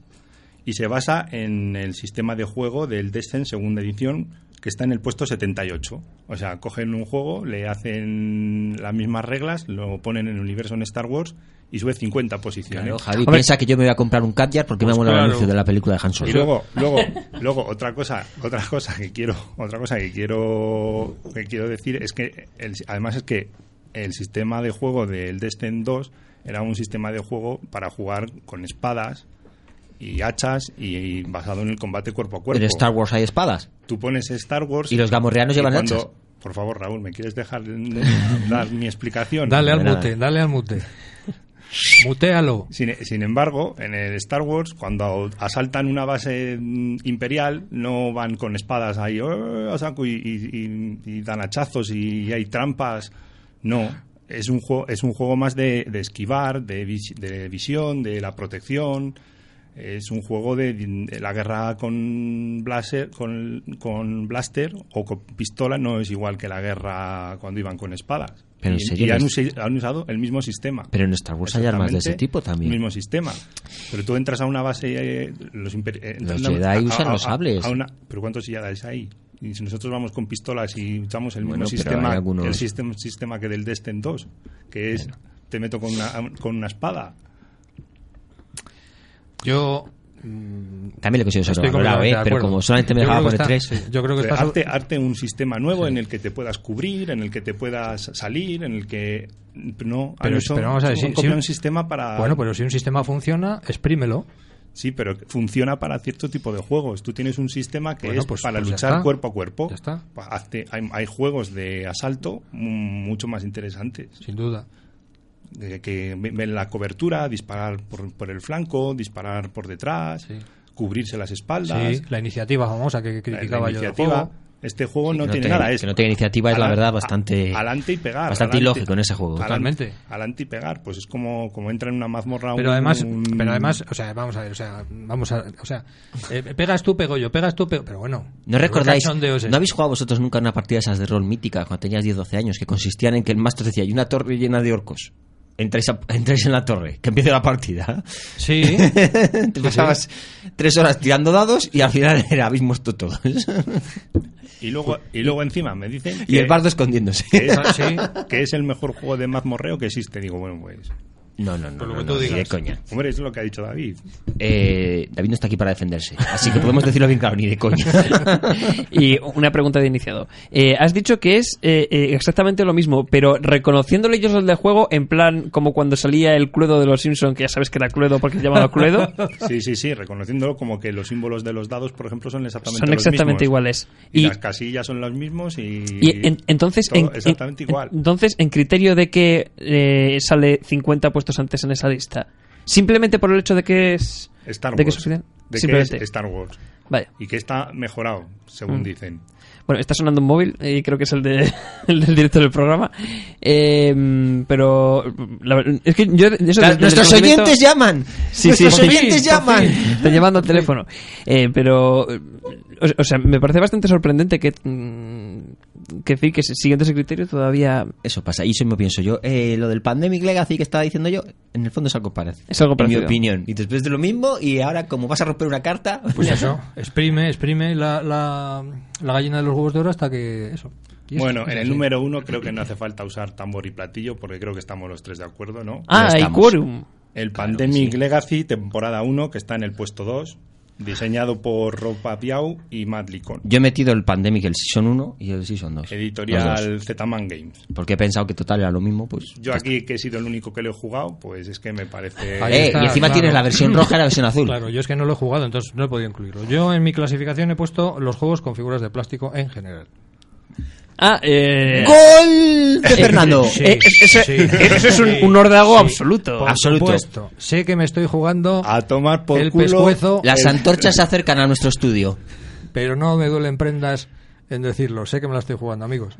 [SPEAKER 2] y se basa en el sistema de juego del Descent segunda edición que está en el puesto 78. O sea, cogen un juego, le hacen las mismas reglas, lo ponen en el universo en Star Wars y sube 50 posiciones.
[SPEAKER 3] Claro, Javi piensa que yo me voy a comprar un Cadyard porque me ha molado el
[SPEAKER 5] claro.
[SPEAKER 3] anuncio de la película de Han Solo.
[SPEAKER 2] Y luego,
[SPEAKER 3] [LAUGHS]
[SPEAKER 2] luego, luego otra cosa, otra cosa que quiero, otra cosa que quiero, que quiero decir es que el- además es que el sistema de juego del Destin 2 era un sistema de juego para jugar con espadas y hachas y, basado en el combate cuerpo a cuerpo.
[SPEAKER 3] en Star Wars hay espadas.
[SPEAKER 2] Tú pones Star Wars
[SPEAKER 3] Y los gamorreanos llevan
[SPEAKER 2] cuando-
[SPEAKER 3] hachas.
[SPEAKER 2] Por favor, Raúl, ¿me quieres
[SPEAKER 3] [LAUGHS]
[SPEAKER 2] dejar dar mi explicación?
[SPEAKER 5] Dale al
[SPEAKER 3] De nada.
[SPEAKER 5] mute, dale
[SPEAKER 3] [LAUGHS]
[SPEAKER 5] al mute. Mutealo.
[SPEAKER 2] Sin, sin embargo, en el Star Wars, cuando asaltan una base mm, imperial, no van con espadas ahí "Eh, a saco", y, y- y- y dan hachazos y hay trampas. No, es un juego, es un juego más de, de esquivar, de, vis- de visión, de la protección. Es un juego de, de la guerra con blaster, con, con blaster o con pistola no es igual que la guerra cuando iban con espadas.
[SPEAKER 3] Pero en
[SPEAKER 2] y,
[SPEAKER 3] serio,
[SPEAKER 2] y han,
[SPEAKER 3] no
[SPEAKER 2] usi- han usado el mismo sistema.
[SPEAKER 3] Pero en Star Wars hay armas de ese
[SPEAKER 2] Exactamente,
[SPEAKER 3] tipo también.
[SPEAKER 2] El mismo sistema. Pero tú entras a una base. eh, los, imperi- eh,
[SPEAKER 3] Los
[SPEAKER 2] entran a-
[SPEAKER 3] Jedi
[SPEAKER 2] a-
[SPEAKER 3] usan
[SPEAKER 2] a-
[SPEAKER 3] los
[SPEAKER 2] a-
[SPEAKER 3] sables.
[SPEAKER 2] a una- pero ¿cuántos Jedi hay? Y si nosotros vamos con pistolas y usamos el
[SPEAKER 3] Bueno,
[SPEAKER 2] mismo
[SPEAKER 3] pero
[SPEAKER 2] sistema,
[SPEAKER 3] hay algunos-
[SPEAKER 2] el sistema, sistema que del Destin 2, que es te meto con una, con una espada.
[SPEAKER 5] Yo. mm,
[SPEAKER 3] También le consigo sobrevalorado,
[SPEAKER 5] completamente
[SPEAKER 3] ¿eh?
[SPEAKER 5] de
[SPEAKER 3] pero
[SPEAKER 5] acuerdo.
[SPEAKER 3] como solamente me
[SPEAKER 5] Yo
[SPEAKER 3] dejaba
[SPEAKER 5] creo que
[SPEAKER 3] poner tres.
[SPEAKER 5] está- sí, yo creo que está so-
[SPEAKER 2] arte, arte un sistema nuevo en el que te puedas cubrir, en el que te puedas salir, en el que no. han
[SPEAKER 5] Pero-
[SPEAKER 2] usado-
[SPEAKER 5] pero vamos a ver, si-
[SPEAKER 2] han
[SPEAKER 5] si
[SPEAKER 2] copiado
[SPEAKER 5] un-
[SPEAKER 2] un sistema para
[SPEAKER 5] Bueno, pero si un sistema funciona, exprímelo.
[SPEAKER 2] Sí, pero funciona para cierto tipo de juegos. Tú tienes un sistema que
[SPEAKER 5] Bueno,
[SPEAKER 2] es
[SPEAKER 5] pues-
[SPEAKER 2] para
[SPEAKER 5] pues ya
[SPEAKER 2] luchar
[SPEAKER 5] está.
[SPEAKER 2] cuerpo a cuerpo.
[SPEAKER 5] Ya está.
[SPEAKER 2] Pa- hazte- hay, hay juegos de asalto mm, mucho más interesantes.
[SPEAKER 5] Sin duda.
[SPEAKER 2] de que ve- ven la cobertura, disparar por, por el flanco, disparar por detrás,
[SPEAKER 5] Sí.
[SPEAKER 2] cubrirse las espaldas.
[SPEAKER 5] Sí, la iniciativa famosa que
[SPEAKER 2] la- la
[SPEAKER 5] criticaba yo del
[SPEAKER 2] iniciativa.
[SPEAKER 5] juego.
[SPEAKER 2] Este juego no,
[SPEAKER 3] que no
[SPEAKER 2] tiene
[SPEAKER 3] tenga-
[SPEAKER 2] nada.
[SPEAKER 3] que
[SPEAKER 2] Es
[SPEAKER 3] no tenga iniciativa, es la
[SPEAKER 2] ala-
[SPEAKER 3] verdad
[SPEAKER 2] a-
[SPEAKER 3] bastante-
[SPEAKER 2] Adelante y pegar.
[SPEAKER 3] bastante
[SPEAKER 2] adelante-
[SPEAKER 3] ilógico en ese juego.
[SPEAKER 2] adelante-
[SPEAKER 5] Totalmente.
[SPEAKER 2] Adelante y pegar. Pues es como, como entra en una mazmorra
[SPEAKER 5] Pero
[SPEAKER 2] un-
[SPEAKER 5] además,
[SPEAKER 2] un-
[SPEAKER 5] pero además, o sea, vamos a ver, o sea, vamos a, o sea, eh, pegas tú, pego yo, pegas tú, pego, pero bueno.
[SPEAKER 3] ¿No
[SPEAKER 5] pero
[SPEAKER 3] recordáis?
[SPEAKER 5] qué cachondeo es
[SPEAKER 3] ¿No
[SPEAKER 5] este?
[SPEAKER 3] habéis jugado vosotros nunca una partida de esas de rol mítica cuando tenías 10-12 años que consistían en que el máster decía, hay una torre llena de orcos? Entráis, a- [LAUGHS] entráis en la torre, que empiece la
[SPEAKER 5] [LAUGHS]
[SPEAKER 3] partida. [LAUGHS]
[SPEAKER 5] Sí,
[SPEAKER 3] Te pasabas tres horas tirando dados y al final era, habéis muerto
[SPEAKER 5] [LAUGHS]
[SPEAKER 3] todos.
[SPEAKER 2] y luego y luego encima me dicen
[SPEAKER 3] y
[SPEAKER 2] que-
[SPEAKER 3] el bardo escondiéndose.
[SPEAKER 2] que es,
[SPEAKER 5] Sí. pues
[SPEAKER 2] que es el mejor juego de mazmorreo que existe. Digo, bueno, pues.
[SPEAKER 3] No, no, no,
[SPEAKER 5] lo
[SPEAKER 3] no,
[SPEAKER 5] que
[SPEAKER 3] no,
[SPEAKER 5] tú
[SPEAKER 3] ni de
[SPEAKER 5] digas.
[SPEAKER 3] coña.
[SPEAKER 2] Hombre, eso es lo que ha dicho David.
[SPEAKER 3] Eh, David no está aquí para defenderse, así que podemos decirlo bien claro, ni de
[SPEAKER 5] [LAUGHS]
[SPEAKER 3] coña.
[SPEAKER 4] y una pregunta de iniciado. Eh, has dicho que es eh, eh, exactamente lo mismo, pero reconociéndole yo el del juego, en plan, como cuando salía el Cluedo de los Simpsons, que ya sabes que era Cluedo porque se llamaba
[SPEAKER 2] [LAUGHS]
[SPEAKER 4] Cluedo,
[SPEAKER 2] Sí, sí, sí, reconociéndolo como que los símbolos de los dados, por ejemplo, son exactamente
[SPEAKER 4] son
[SPEAKER 2] los
[SPEAKER 4] exactamente
[SPEAKER 2] mismos.
[SPEAKER 4] iguales.
[SPEAKER 2] Y,
[SPEAKER 4] Y,
[SPEAKER 2] las casillas son los mismos y.
[SPEAKER 4] y en- entonces,
[SPEAKER 2] todo
[SPEAKER 4] en, en-
[SPEAKER 2] exactamente igual.
[SPEAKER 4] entonces, en criterio de que eh, sale 50 puestos antes en esa lista, simplemente por el hecho de que es.
[SPEAKER 2] Star
[SPEAKER 4] ¿De qué
[SPEAKER 2] Wars.
[SPEAKER 4] es oficial?
[SPEAKER 2] De que es
[SPEAKER 4] Simplemente. Mm.
[SPEAKER 2] Star Wars.
[SPEAKER 4] Vaya.
[SPEAKER 2] Y que está mejorado, según dicen.
[SPEAKER 4] Bueno, está sonando un móvil y creo que es el, de, [LAUGHS] el del director del programa. Eh, mm, pero la ver- es que yo... eso del- del
[SPEAKER 3] ¡Nuestros
[SPEAKER 4] reconocimiento-
[SPEAKER 3] oyentes llaman!
[SPEAKER 4] Sí, sí,
[SPEAKER 3] ¡Nuestros
[SPEAKER 4] por fin,
[SPEAKER 3] oyentes
[SPEAKER 4] por
[SPEAKER 3] llaman!
[SPEAKER 4] fin. Están llamando al teléfono. Eh, pero, eh, o, o sea, me parece bastante sorprendente que, mm, que, en fin, que se- siguiendo ese criterio todavía
[SPEAKER 3] Eso pasa, y eso me pienso yo. Eh, lo del Pandemic Legacy que estaba diciendo yo, en el fondo es algo parecido.
[SPEAKER 4] Es algo parecido.
[SPEAKER 3] En mi opinión. Y después de lo mismo, y ahora como vas a romper una carta...
[SPEAKER 5] pues eso, exprime, exprime la, la, la gallina de los huevos de oro hasta que eso. Y es-
[SPEAKER 2] Bueno,
[SPEAKER 5] es
[SPEAKER 2] en el
[SPEAKER 5] así.
[SPEAKER 2] número uno creo que no hace falta usar tambor y platillo porque creo que estamos los tres de acuerdo, ¿no?
[SPEAKER 4] Ah, y
[SPEAKER 3] estamos.
[SPEAKER 4] Quorum.
[SPEAKER 2] El Pandemic Legacy, temporada 1, que está en el puesto 2, diseñado por Rob Papiau y Matt Licon.
[SPEAKER 3] [LAUGHS] Yo he metido el Pandemic, el Season 1 y el Season 2. Los dos.
[SPEAKER 2] Editorial Z-Man Games.
[SPEAKER 3] Porque he pensado que total era lo mismo, pues...
[SPEAKER 2] Yo aquí, que he sido el único que lo he jugado, pues es que me parece...
[SPEAKER 5] Ahí
[SPEAKER 3] Eh,
[SPEAKER 5] está,
[SPEAKER 3] y encima
[SPEAKER 5] claro.
[SPEAKER 3] tienes la versión roja y la versión azul.
[SPEAKER 5] Claro, yo es que no lo he jugado, entonces no he podido incluirlo. Yo en mi clasificación he puesto los juegos con figuras de plástico en general.
[SPEAKER 4] Ah, eh...
[SPEAKER 3] [LAUGHS] ¡Gol de Fernando! Eh,
[SPEAKER 5] Sí,
[SPEAKER 4] eh, eh, eso-
[SPEAKER 5] sí.
[SPEAKER 4] eh, eso es un,
[SPEAKER 5] Sí.
[SPEAKER 4] un órdago
[SPEAKER 5] Sí.
[SPEAKER 4] absoluto.
[SPEAKER 5] Por
[SPEAKER 3] Absoluto. Ah.
[SPEAKER 5] supuesto, sé que me estoy jugando,
[SPEAKER 2] A tomar por
[SPEAKER 5] El
[SPEAKER 2] culo...
[SPEAKER 5] pescuezo.
[SPEAKER 3] Las
[SPEAKER 4] Eh,
[SPEAKER 3] antorchas se acercan a nuestro estudio.
[SPEAKER 5] pero no me duelen prendas en decirlo. Sé que me la estoy jugando, amigos.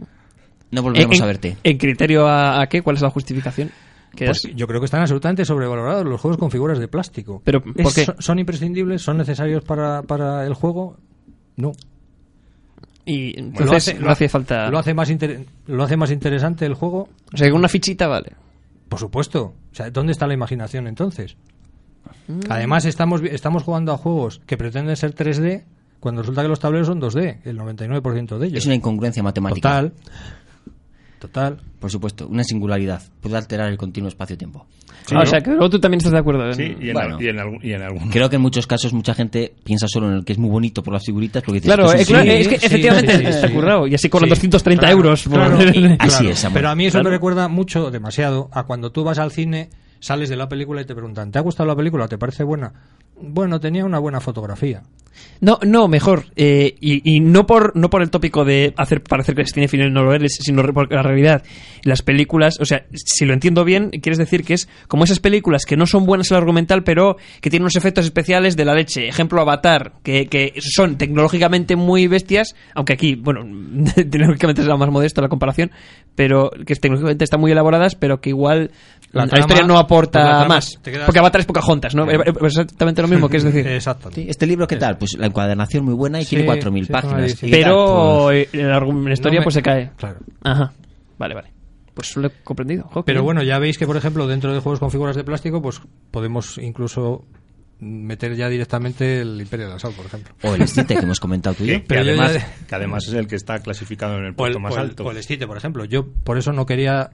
[SPEAKER 3] No
[SPEAKER 4] Eh,
[SPEAKER 3] volveremos
[SPEAKER 4] en,
[SPEAKER 3] a verte.
[SPEAKER 4] ¿En criterio a, a qué? ¿Cuál es la justificación? Que
[SPEAKER 5] Pues
[SPEAKER 4] das?
[SPEAKER 5] yo creo que están absolutamente sobrevalorados los juegos con figuras de plástico.
[SPEAKER 4] Pero, ¿por
[SPEAKER 5] Es-
[SPEAKER 4] qué?
[SPEAKER 5] son- ¿Son imprescindibles? ¿Son necesarios para, para el juego? No.
[SPEAKER 4] Y entonces
[SPEAKER 5] Lo hace-
[SPEAKER 4] no hace falta...
[SPEAKER 5] Lo hace, más inter- ¿Lo hace más interesante el juego?
[SPEAKER 4] O sea, que una fichita vale.
[SPEAKER 5] Por supuesto. O sea, ¿dónde está la imaginación entonces? Además, estamos, vi- estamos jugando a juegos que pretenden ser 3D cuando resulta que los tableros son 2D, el 99% de ellos.
[SPEAKER 3] Es una incongruencia matemática.
[SPEAKER 5] Total. Total.
[SPEAKER 3] Por supuesto, una singularidad. Puede alterar el continuo espacio-tiempo.
[SPEAKER 2] Sí,
[SPEAKER 4] Ah,
[SPEAKER 2] ¿no?
[SPEAKER 4] O sea, que luego tú también estás de acuerdo. en- eh?
[SPEAKER 2] Sí, y en,
[SPEAKER 3] Bueno.
[SPEAKER 2] al- y en algún- y en algún-
[SPEAKER 3] Creo que en muchos casos mucha gente piensa solo en el que es muy bonito por las figuritas porque dice, "Pues este
[SPEAKER 4] Claro,
[SPEAKER 3] "Esto
[SPEAKER 4] eh,
[SPEAKER 3] es un
[SPEAKER 4] claro,
[SPEAKER 3] cine".
[SPEAKER 4] es que
[SPEAKER 5] sí,
[SPEAKER 4] efectivamente
[SPEAKER 5] sí, sí,
[SPEAKER 4] está
[SPEAKER 5] sí.
[SPEAKER 4] currado. Y así con los
[SPEAKER 5] Sí,
[SPEAKER 4] 230
[SPEAKER 5] claro,
[SPEAKER 4] euros. pues. por- [LAUGHS]
[SPEAKER 5] claro.
[SPEAKER 3] Así
[SPEAKER 5] Claro,
[SPEAKER 3] es, amor.
[SPEAKER 5] Pero a mí eso
[SPEAKER 4] Claro.
[SPEAKER 5] me recuerda mucho, demasiado, a cuando tú vas al cine, sales de la película y te preguntan, ¿te ha gustado la película? ¿Te parece buena? Bueno, tenía una buena fotografía.
[SPEAKER 4] No, no, mejor. Eh, y y no, por, no por el tópico de hacer parecer que eres cinefilo y no lo eres, sino re- por la realidad. Las películas, o sea, si lo entiendo bien, quieres decir que es como esas películas que no son buenas en lo argumental, pero que tienen unos efectos especiales de la leche. Ejemplo, Avatar, que, que son tecnológicamente muy bestias, aunque aquí, bueno, [LAUGHS] tecnológicamente es la más modesta la comparación, pero que es- tecnológicamente están muy elaboradas, pero que igual
[SPEAKER 5] La
[SPEAKER 4] La,
[SPEAKER 5] trama-
[SPEAKER 4] historia no aporta
[SPEAKER 5] la trama
[SPEAKER 4] más.
[SPEAKER 5] te quedas-
[SPEAKER 4] Porque Avatar es Pocahontas, ¿no? Eh, eh, Exactamente lo mismo, que es decir.
[SPEAKER 5] [LAUGHS] Exacto.
[SPEAKER 3] Sí, este libro, ¿qué tal? Pues la encuadernación muy buena y
[SPEAKER 5] Sí,
[SPEAKER 3] tiene 4.000
[SPEAKER 5] sí,
[SPEAKER 3] páginas.
[SPEAKER 5] sí.
[SPEAKER 3] Y tal,
[SPEAKER 4] Pero
[SPEAKER 3] pues,
[SPEAKER 4] eh, la, argu- la historia
[SPEAKER 5] No me-
[SPEAKER 4] pues se cae.
[SPEAKER 5] Claro.
[SPEAKER 4] Ajá. Vale, vale. Pues lo he comprendido. Jo, qué
[SPEAKER 5] Pero
[SPEAKER 4] bien.
[SPEAKER 5] bueno, ya veis que, por ejemplo, dentro de juegos con figuras de plástico, pues podemos incluso meter ya directamente el Imperio del Sol, por ejemplo.
[SPEAKER 3] pues, o el escite que hemos comentado tú y yo.
[SPEAKER 2] Que,
[SPEAKER 5] Pero yo
[SPEAKER 2] además,
[SPEAKER 5] ya-
[SPEAKER 2] que además es el que está clasificado en el
[SPEAKER 5] O
[SPEAKER 2] puesto
[SPEAKER 5] el,
[SPEAKER 2] más
[SPEAKER 5] o el-
[SPEAKER 2] alto.
[SPEAKER 5] o el escite, por ejemplo. Yo por eso no quería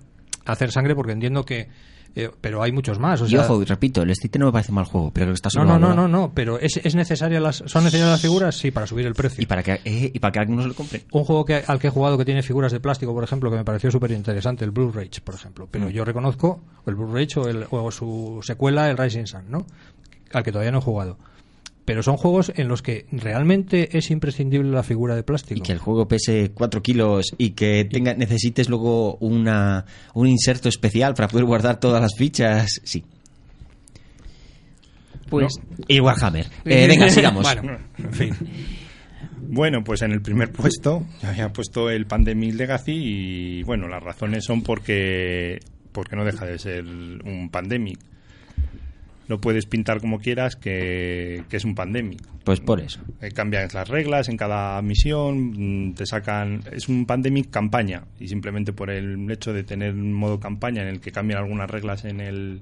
[SPEAKER 5] hacer sangre porque entiendo que... eh, pero hay muchos más. O
[SPEAKER 3] Y
[SPEAKER 5] sea,
[SPEAKER 3] ojo, y repito, el escite no me parece mal juego, pero creo que está
[SPEAKER 5] no, no, no,
[SPEAKER 3] sobrevalorado.
[SPEAKER 5] no, no, pero ¿es, es necesaria las, ¿son necesarias las figuras? Sí, para subir el precio.
[SPEAKER 3] Y para que, eh, y para que alguien no se lo compre.
[SPEAKER 5] Un juego que, al que he jugado que tiene figuras de plástico, por ejemplo, que me pareció súper interesante, el Blue Rage, por ejemplo.
[SPEAKER 3] Mm.
[SPEAKER 5] Pero yo reconozco el Blue Rage o, el- o su secuela, el Rising Sun, ¿no? Al que todavía no he jugado. Pero son juegos en los que realmente es imprescindible la figura de plástico.
[SPEAKER 3] Y que el juego pese 4 kilos y que tenga, necesites luego una, un inserto especial para poder guardar todas las fichas. Sí.
[SPEAKER 4] Pues.
[SPEAKER 3] Y
[SPEAKER 5] [LAUGHS]
[SPEAKER 3] Warhammer. Eh, venga, sigamos.
[SPEAKER 5] Bueno,
[SPEAKER 3] [LAUGHS]
[SPEAKER 5] en fin.
[SPEAKER 2] Bueno, pues en el primer puesto yo había puesto el Pandemic Legacy y bueno, las razones son porque porque no deja de ser un pandemic. Lo puedes pintar como quieras que, que es un pandemic.
[SPEAKER 3] Pues por eso.
[SPEAKER 2] Eh, cambian las reglas en cada misión, mm, te sacan... Es un pandemic campaña y simplemente por el hecho de tener un modo campaña en el que cambian algunas reglas en el,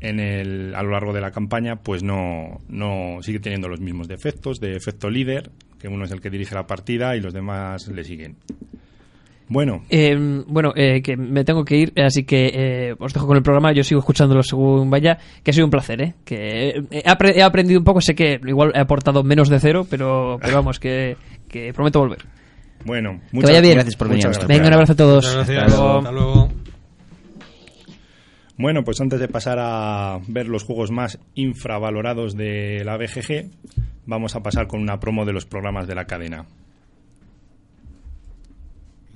[SPEAKER 2] en el, a lo largo de la campaña, pues no, no sigue teniendo los mismos defectos de efecto líder, que uno es el que dirige la partida y los demás le siguen. Bueno,
[SPEAKER 4] eh, bueno, eh, que me tengo que ir, así que eh, os dejo con el programa. Yo sigo escuchándolo según vaya, que ha sido un placer, ¿eh? Que eh, he, apre- he aprendido un poco, sé que igual he aportado menos de cero, pero, pero vamos, que, que prometo volver.
[SPEAKER 2] bueno,
[SPEAKER 4] que vaya bien.
[SPEAKER 3] gracias por venir a
[SPEAKER 2] muchas
[SPEAKER 3] nuestro
[SPEAKER 4] Venga, un
[SPEAKER 2] gracias.
[SPEAKER 4] abrazo a todos.
[SPEAKER 5] Muchas gracias.
[SPEAKER 4] Hasta luego.
[SPEAKER 5] Hasta luego.
[SPEAKER 2] Bueno, pues antes de pasar a ver los juegos más infravalorados de la BGG, vamos a pasar con una promo de los programas de la cadena.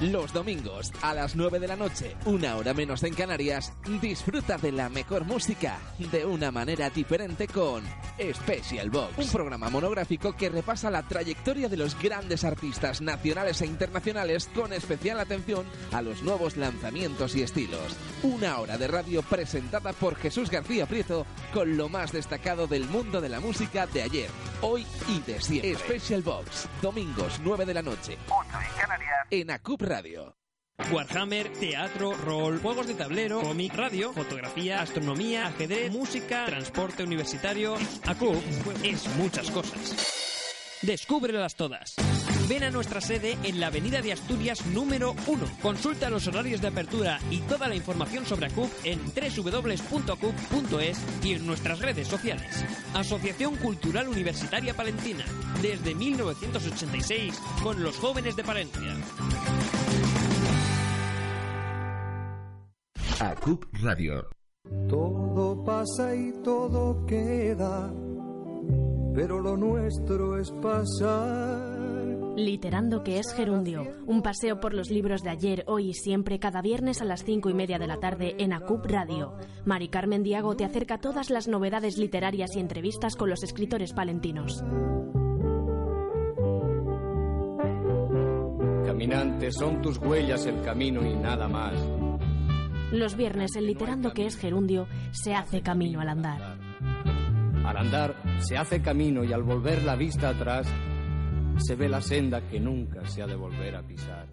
[SPEAKER 6] Los domingos a las 9 de la noche, una hora menos en Canarias, disfruta de la mejor música de una manera diferente con Special Box, un programa monográfico que repasa la trayectoria de los grandes artistas nacionales e internacionales con especial atención a los nuevos lanzamientos y estilos. Una hora de radio presentada por Jesús García Prieto con lo más destacado del mundo de la música de ayer, hoy y de siempre. Special Box, domingos 9 de la noche, en ACUP Radio.
[SPEAKER 7] Warhammer, teatro, rol, juegos de tablero, cómic, radio, fotografía, astronomía, ajedrez, música, transporte universitario. ACUB es muchas cosas. Descúbrelas todas. Ven a nuestra sede en la Avenida de Asturias número 1. Consulta los horarios de apertura y toda la información sobre ACUB en www.acup.es y en nuestras redes sociales. Asociación Cultural Universitaria Palentina, desde 1986, con los jóvenes de Palencia.
[SPEAKER 8] ACUP Radio.
[SPEAKER 9] Todo pasa y todo queda, pero lo nuestro es pasar.
[SPEAKER 10] Literando que es Gerundio, un paseo por los libros de ayer, hoy y siempre, cada viernes a las cinco y media de la tarde en ACUP Radio. Mari Carmen Diago te acerca todas las novedades literarias y entrevistas con los escritores palentinos.
[SPEAKER 9] Caminante, son tus huellas el camino y nada más.
[SPEAKER 10] Los viernes en Literando que es Gerundio se hace camino al andar.
[SPEAKER 9] Al andar se hace camino y al volver la vista atrás se ve la senda que nunca se ha de volver a pisar.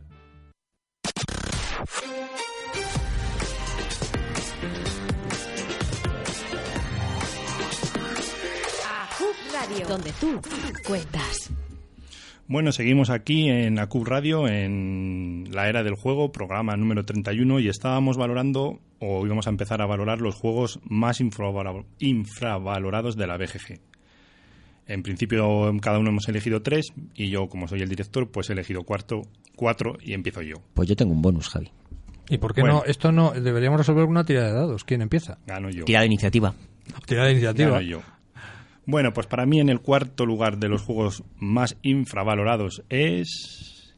[SPEAKER 10] ACUP Radio, donde tú cuentas.
[SPEAKER 2] Bueno, seguimos aquí en ACUB Radio, en la era del juego, programa número 31, y estábamos valorando, o íbamos a empezar a valorar, los juegos más infravalo- infravalorados de la BGG. En principio, cada uno hemos elegido tres, y yo, como soy el director, pues he elegido cuarto, cuatro, y empiezo yo.
[SPEAKER 3] Pues yo tengo un bonus, Javi.
[SPEAKER 5] ¿Y por qué
[SPEAKER 2] Bueno.
[SPEAKER 5] no? Esto no. Deberíamos resolver una tira de dados. ¿Quién empieza?
[SPEAKER 2] Gano yo.
[SPEAKER 3] Tira de iniciativa.
[SPEAKER 5] Tira de iniciativa.
[SPEAKER 2] Gano yo. Bueno, pues para mí en el cuarto lugar de los juegos más infravalorados es...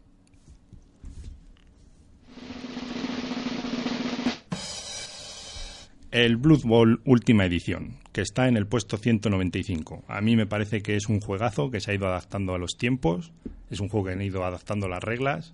[SPEAKER 2] El Blood Bowl última edición, que está en el puesto 195. A mí me parece que es un juegazo que se ha ido adaptando a los tiempos, es un juego que han ido adaptando las reglas.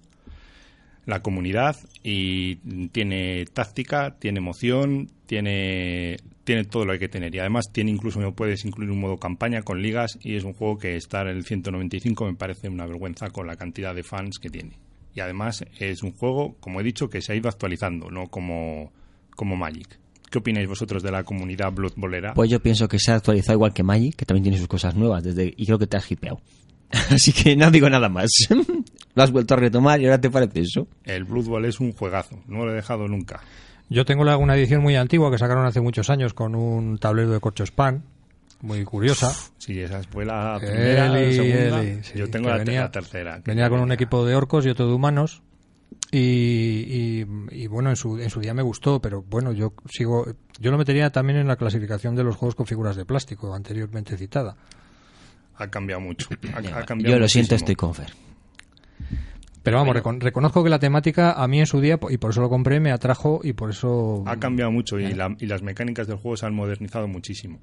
[SPEAKER 2] la comunidad y tiene táctica, tiene emoción, tiene, tiene todo lo que hay que tener. Y además tiene incluso, me puedes incluir un modo campaña con ligas y es un juego que estar en el 195 me parece una vergüenza con la cantidad de fans que tiene. Y además es un juego, como he dicho, que se ha ido actualizando, no como, como Magic. ¿Qué opináis vosotros de la comunidad Blood Bolera?
[SPEAKER 3] Pues yo pienso que se ha actualizado igual que Magic, que también tiene sus cosas nuevas, desde, y creo que te has hipeado. [LAUGHS] Así que no digo nada más. [LAUGHS] Lo has vuelto a retomar y ahora te parece eso.
[SPEAKER 2] El Blood Bowl es un juegazo, no lo he dejado nunca.
[SPEAKER 5] Yo tengo la- una edición muy antigua que sacaron hace muchos años con un tablero de corchos pan, muy curiosa.
[SPEAKER 2] Sí, esa fue la primera, la
[SPEAKER 5] Eli,
[SPEAKER 2] segunda.
[SPEAKER 5] Eli, sí,
[SPEAKER 2] yo tengo
[SPEAKER 5] que
[SPEAKER 2] la,
[SPEAKER 5] venía-
[SPEAKER 2] la tercera. que
[SPEAKER 5] Venía con un equipo de orcos y otro de humanos. Y, y- y, bueno, en su, en su día me gustó, pero bueno, yo sigo. Yo lo metería también en la clasificación de los juegos con figuras de plástico anteriormente citada.
[SPEAKER 2] Ha cambiado
[SPEAKER 5] [LAUGHS]
[SPEAKER 2] mucho. Ha, ha
[SPEAKER 3] Venga,
[SPEAKER 2] cambiado
[SPEAKER 3] Yo lo
[SPEAKER 2] muchísimo.
[SPEAKER 3] siento, estoy con Fer.
[SPEAKER 5] Pero vamos, recon- reconozco que la temática a mí en su día, po- y por eso lo compré, me atrajo y por eso
[SPEAKER 2] Ha cambiado mucho y, la- y las mecánicas del juego se han modernizado muchísimo.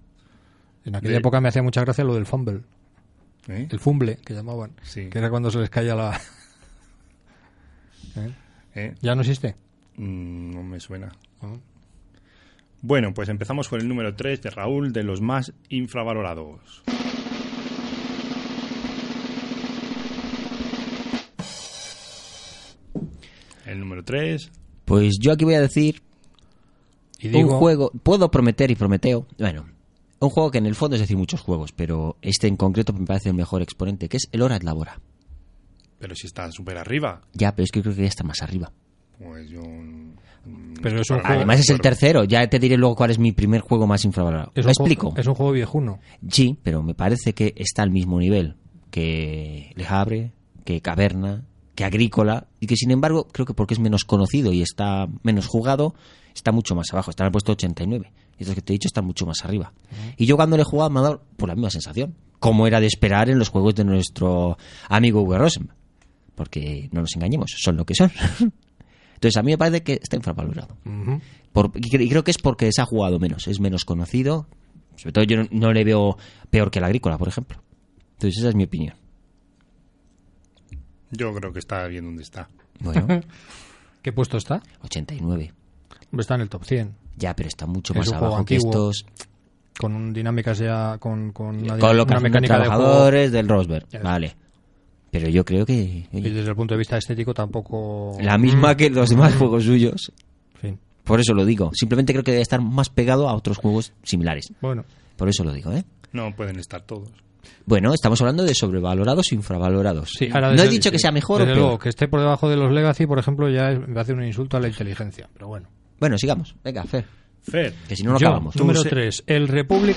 [SPEAKER 5] en aquella
[SPEAKER 2] de-
[SPEAKER 5] época me hacía mucha gracia lo del fumble,
[SPEAKER 2] ¿eh?
[SPEAKER 5] el fumble que llamaban,
[SPEAKER 2] Sí.
[SPEAKER 5] que era cuando se les caía la. ¿Eh?
[SPEAKER 2] ¿Eh?
[SPEAKER 5] ¿Ya no existe?
[SPEAKER 2] Mm, no me suena.
[SPEAKER 5] Ah.
[SPEAKER 2] Bueno, pues empezamos con el número 3 de Raúl, de los más infravalorados. El número 3,
[SPEAKER 3] Pues yo aquí voy a decir
[SPEAKER 5] Y digo,
[SPEAKER 3] un juego, puedo prometer y prometeo, bueno, un juego que en el fondo es decir muchos juegos, pero este en concreto me parece el mejor exponente, que es el Hora Labora.
[SPEAKER 2] pero si está súper arriba.
[SPEAKER 3] Ya, pero es que creo que ya está más arriba.
[SPEAKER 2] Pues yo. mm,
[SPEAKER 5] Pero es un
[SPEAKER 2] para-
[SPEAKER 5] juego-
[SPEAKER 3] Además es el tercero, ya te diré luego cuál es mi primer juego más infravalorado.
[SPEAKER 5] es
[SPEAKER 3] ¿Me
[SPEAKER 5] un juego-
[SPEAKER 3] explico?
[SPEAKER 5] Es un juego viejuno.
[SPEAKER 3] Sí, pero me parece que está al mismo nivel que Le Havre, que Caverna, que Agrícola, y que sin embargo creo que porque es menos conocido y está menos jugado, está mucho más abajo, está en el puesto 89. Y eso que te he dicho está mucho más arriba. Y yo cuando le he jugado me ha dado por la misma sensación, como era de esperar en los juegos de nuestro amigo Uwe Rosen. Porque no nos engañemos, son lo que son. [LAUGHS] Entonces a mí me parece que está infravalorado.
[SPEAKER 5] Ujú.
[SPEAKER 3] Por- y cre- y creo que es porque se ha jugado menos, es menos conocido. Sobre todo yo no, no le veo peor que la agrícola, por ejemplo. Entonces esa es mi opinión.
[SPEAKER 2] Yo creo que está bien donde está.
[SPEAKER 5] [LAUGHS]
[SPEAKER 3] Bueno,
[SPEAKER 5] ¿Qué puesto está?
[SPEAKER 3] 89.
[SPEAKER 5] Está en el top 100.
[SPEAKER 3] Ya, pero está mucho
[SPEAKER 5] Es
[SPEAKER 3] más
[SPEAKER 5] un juego
[SPEAKER 3] abajo que
[SPEAKER 5] antiguo.
[SPEAKER 3] estos.
[SPEAKER 5] Con un- dinámicas ya. Con, con una, di- una
[SPEAKER 3] Colocación de
[SPEAKER 5] mecánica de juego.
[SPEAKER 3] trabajadores del Rosberg.
[SPEAKER 5] Ya.
[SPEAKER 3] Vale. Pero yo creo que...
[SPEAKER 5] Y
[SPEAKER 3] oye,
[SPEAKER 5] desde el punto de vista estético tampoco.
[SPEAKER 3] la
[SPEAKER 5] mm.
[SPEAKER 3] misma que los
[SPEAKER 5] [LAUGHS]
[SPEAKER 3] demás juegos suyos.
[SPEAKER 5] En fin.
[SPEAKER 3] Por eso lo digo. Simplemente creo que debe estar más pegado a otros juegos similares.
[SPEAKER 5] Bueno,
[SPEAKER 3] Por eso lo digo, ¿eh?
[SPEAKER 2] No pueden estar todos.
[SPEAKER 3] Bueno, estamos hablando de sobrevalorados e infravalorados.
[SPEAKER 5] sí, ahora
[SPEAKER 3] no he
[SPEAKER 5] desde-
[SPEAKER 3] dicho que
[SPEAKER 5] sí,
[SPEAKER 3] sea mejor o
[SPEAKER 5] Desde
[SPEAKER 3] peor.
[SPEAKER 5] luego, que esté por debajo de los Legacy, por ejemplo, ya es- va a ser un insulto a la inteligencia. Pero bueno.
[SPEAKER 3] Bueno, sigamos. Venga, Fer.
[SPEAKER 2] Fer,
[SPEAKER 3] Que si no, no
[SPEAKER 5] Yo,
[SPEAKER 3] acabamos.
[SPEAKER 5] Número
[SPEAKER 2] se-
[SPEAKER 5] 3. El Republic.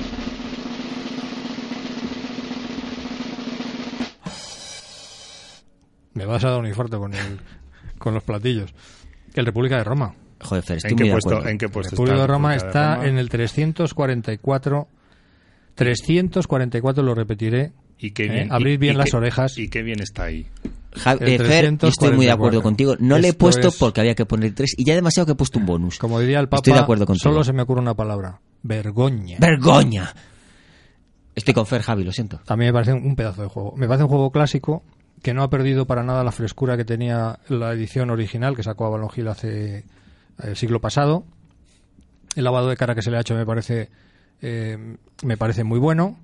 [SPEAKER 5] Me vas a dar un infarto con, el- con los platillos. El República de Roma.
[SPEAKER 3] Joder, Fer, estoy
[SPEAKER 2] ¿en qué,
[SPEAKER 3] muy de
[SPEAKER 2] puesto,
[SPEAKER 3] acuerdo.
[SPEAKER 2] ¿en qué puesto
[SPEAKER 5] República
[SPEAKER 2] está?
[SPEAKER 5] de Roma
[SPEAKER 2] República de
[SPEAKER 5] está
[SPEAKER 2] Roma.
[SPEAKER 5] en el 344. 344 lo repetiré.
[SPEAKER 2] Y qué
[SPEAKER 5] ¿eh?
[SPEAKER 2] bien, y-
[SPEAKER 5] Abrid bien
[SPEAKER 2] y
[SPEAKER 5] las
[SPEAKER 2] qué-
[SPEAKER 5] orejas.
[SPEAKER 2] Y qué bien está ahí.
[SPEAKER 3] Ja-
[SPEAKER 5] El
[SPEAKER 3] eh, Fer, yo estoy muy de acuerdo
[SPEAKER 5] 344.
[SPEAKER 3] contigo. No le he
[SPEAKER 5] Esto
[SPEAKER 3] puesto
[SPEAKER 5] es-
[SPEAKER 3] porque había que poner tres y ya demasiado que he puesto un bonus.
[SPEAKER 5] Como diría el Papa,
[SPEAKER 3] Estoy de acuerdo contigo.
[SPEAKER 5] solo se me ocurre una palabra. Vergoña.
[SPEAKER 3] ¡Vergoña! Estoy con Fer, Javi, lo siento.
[SPEAKER 5] A mí me parece un pedazo de juego. Me parece un juego clásico que no ha perdido para nada la frescura que tenía la edición original que sacó Avalon Hill hace eh, el siglo pasado. El lavado de cara que se le ha hecho me parece eh, me parece muy bueno.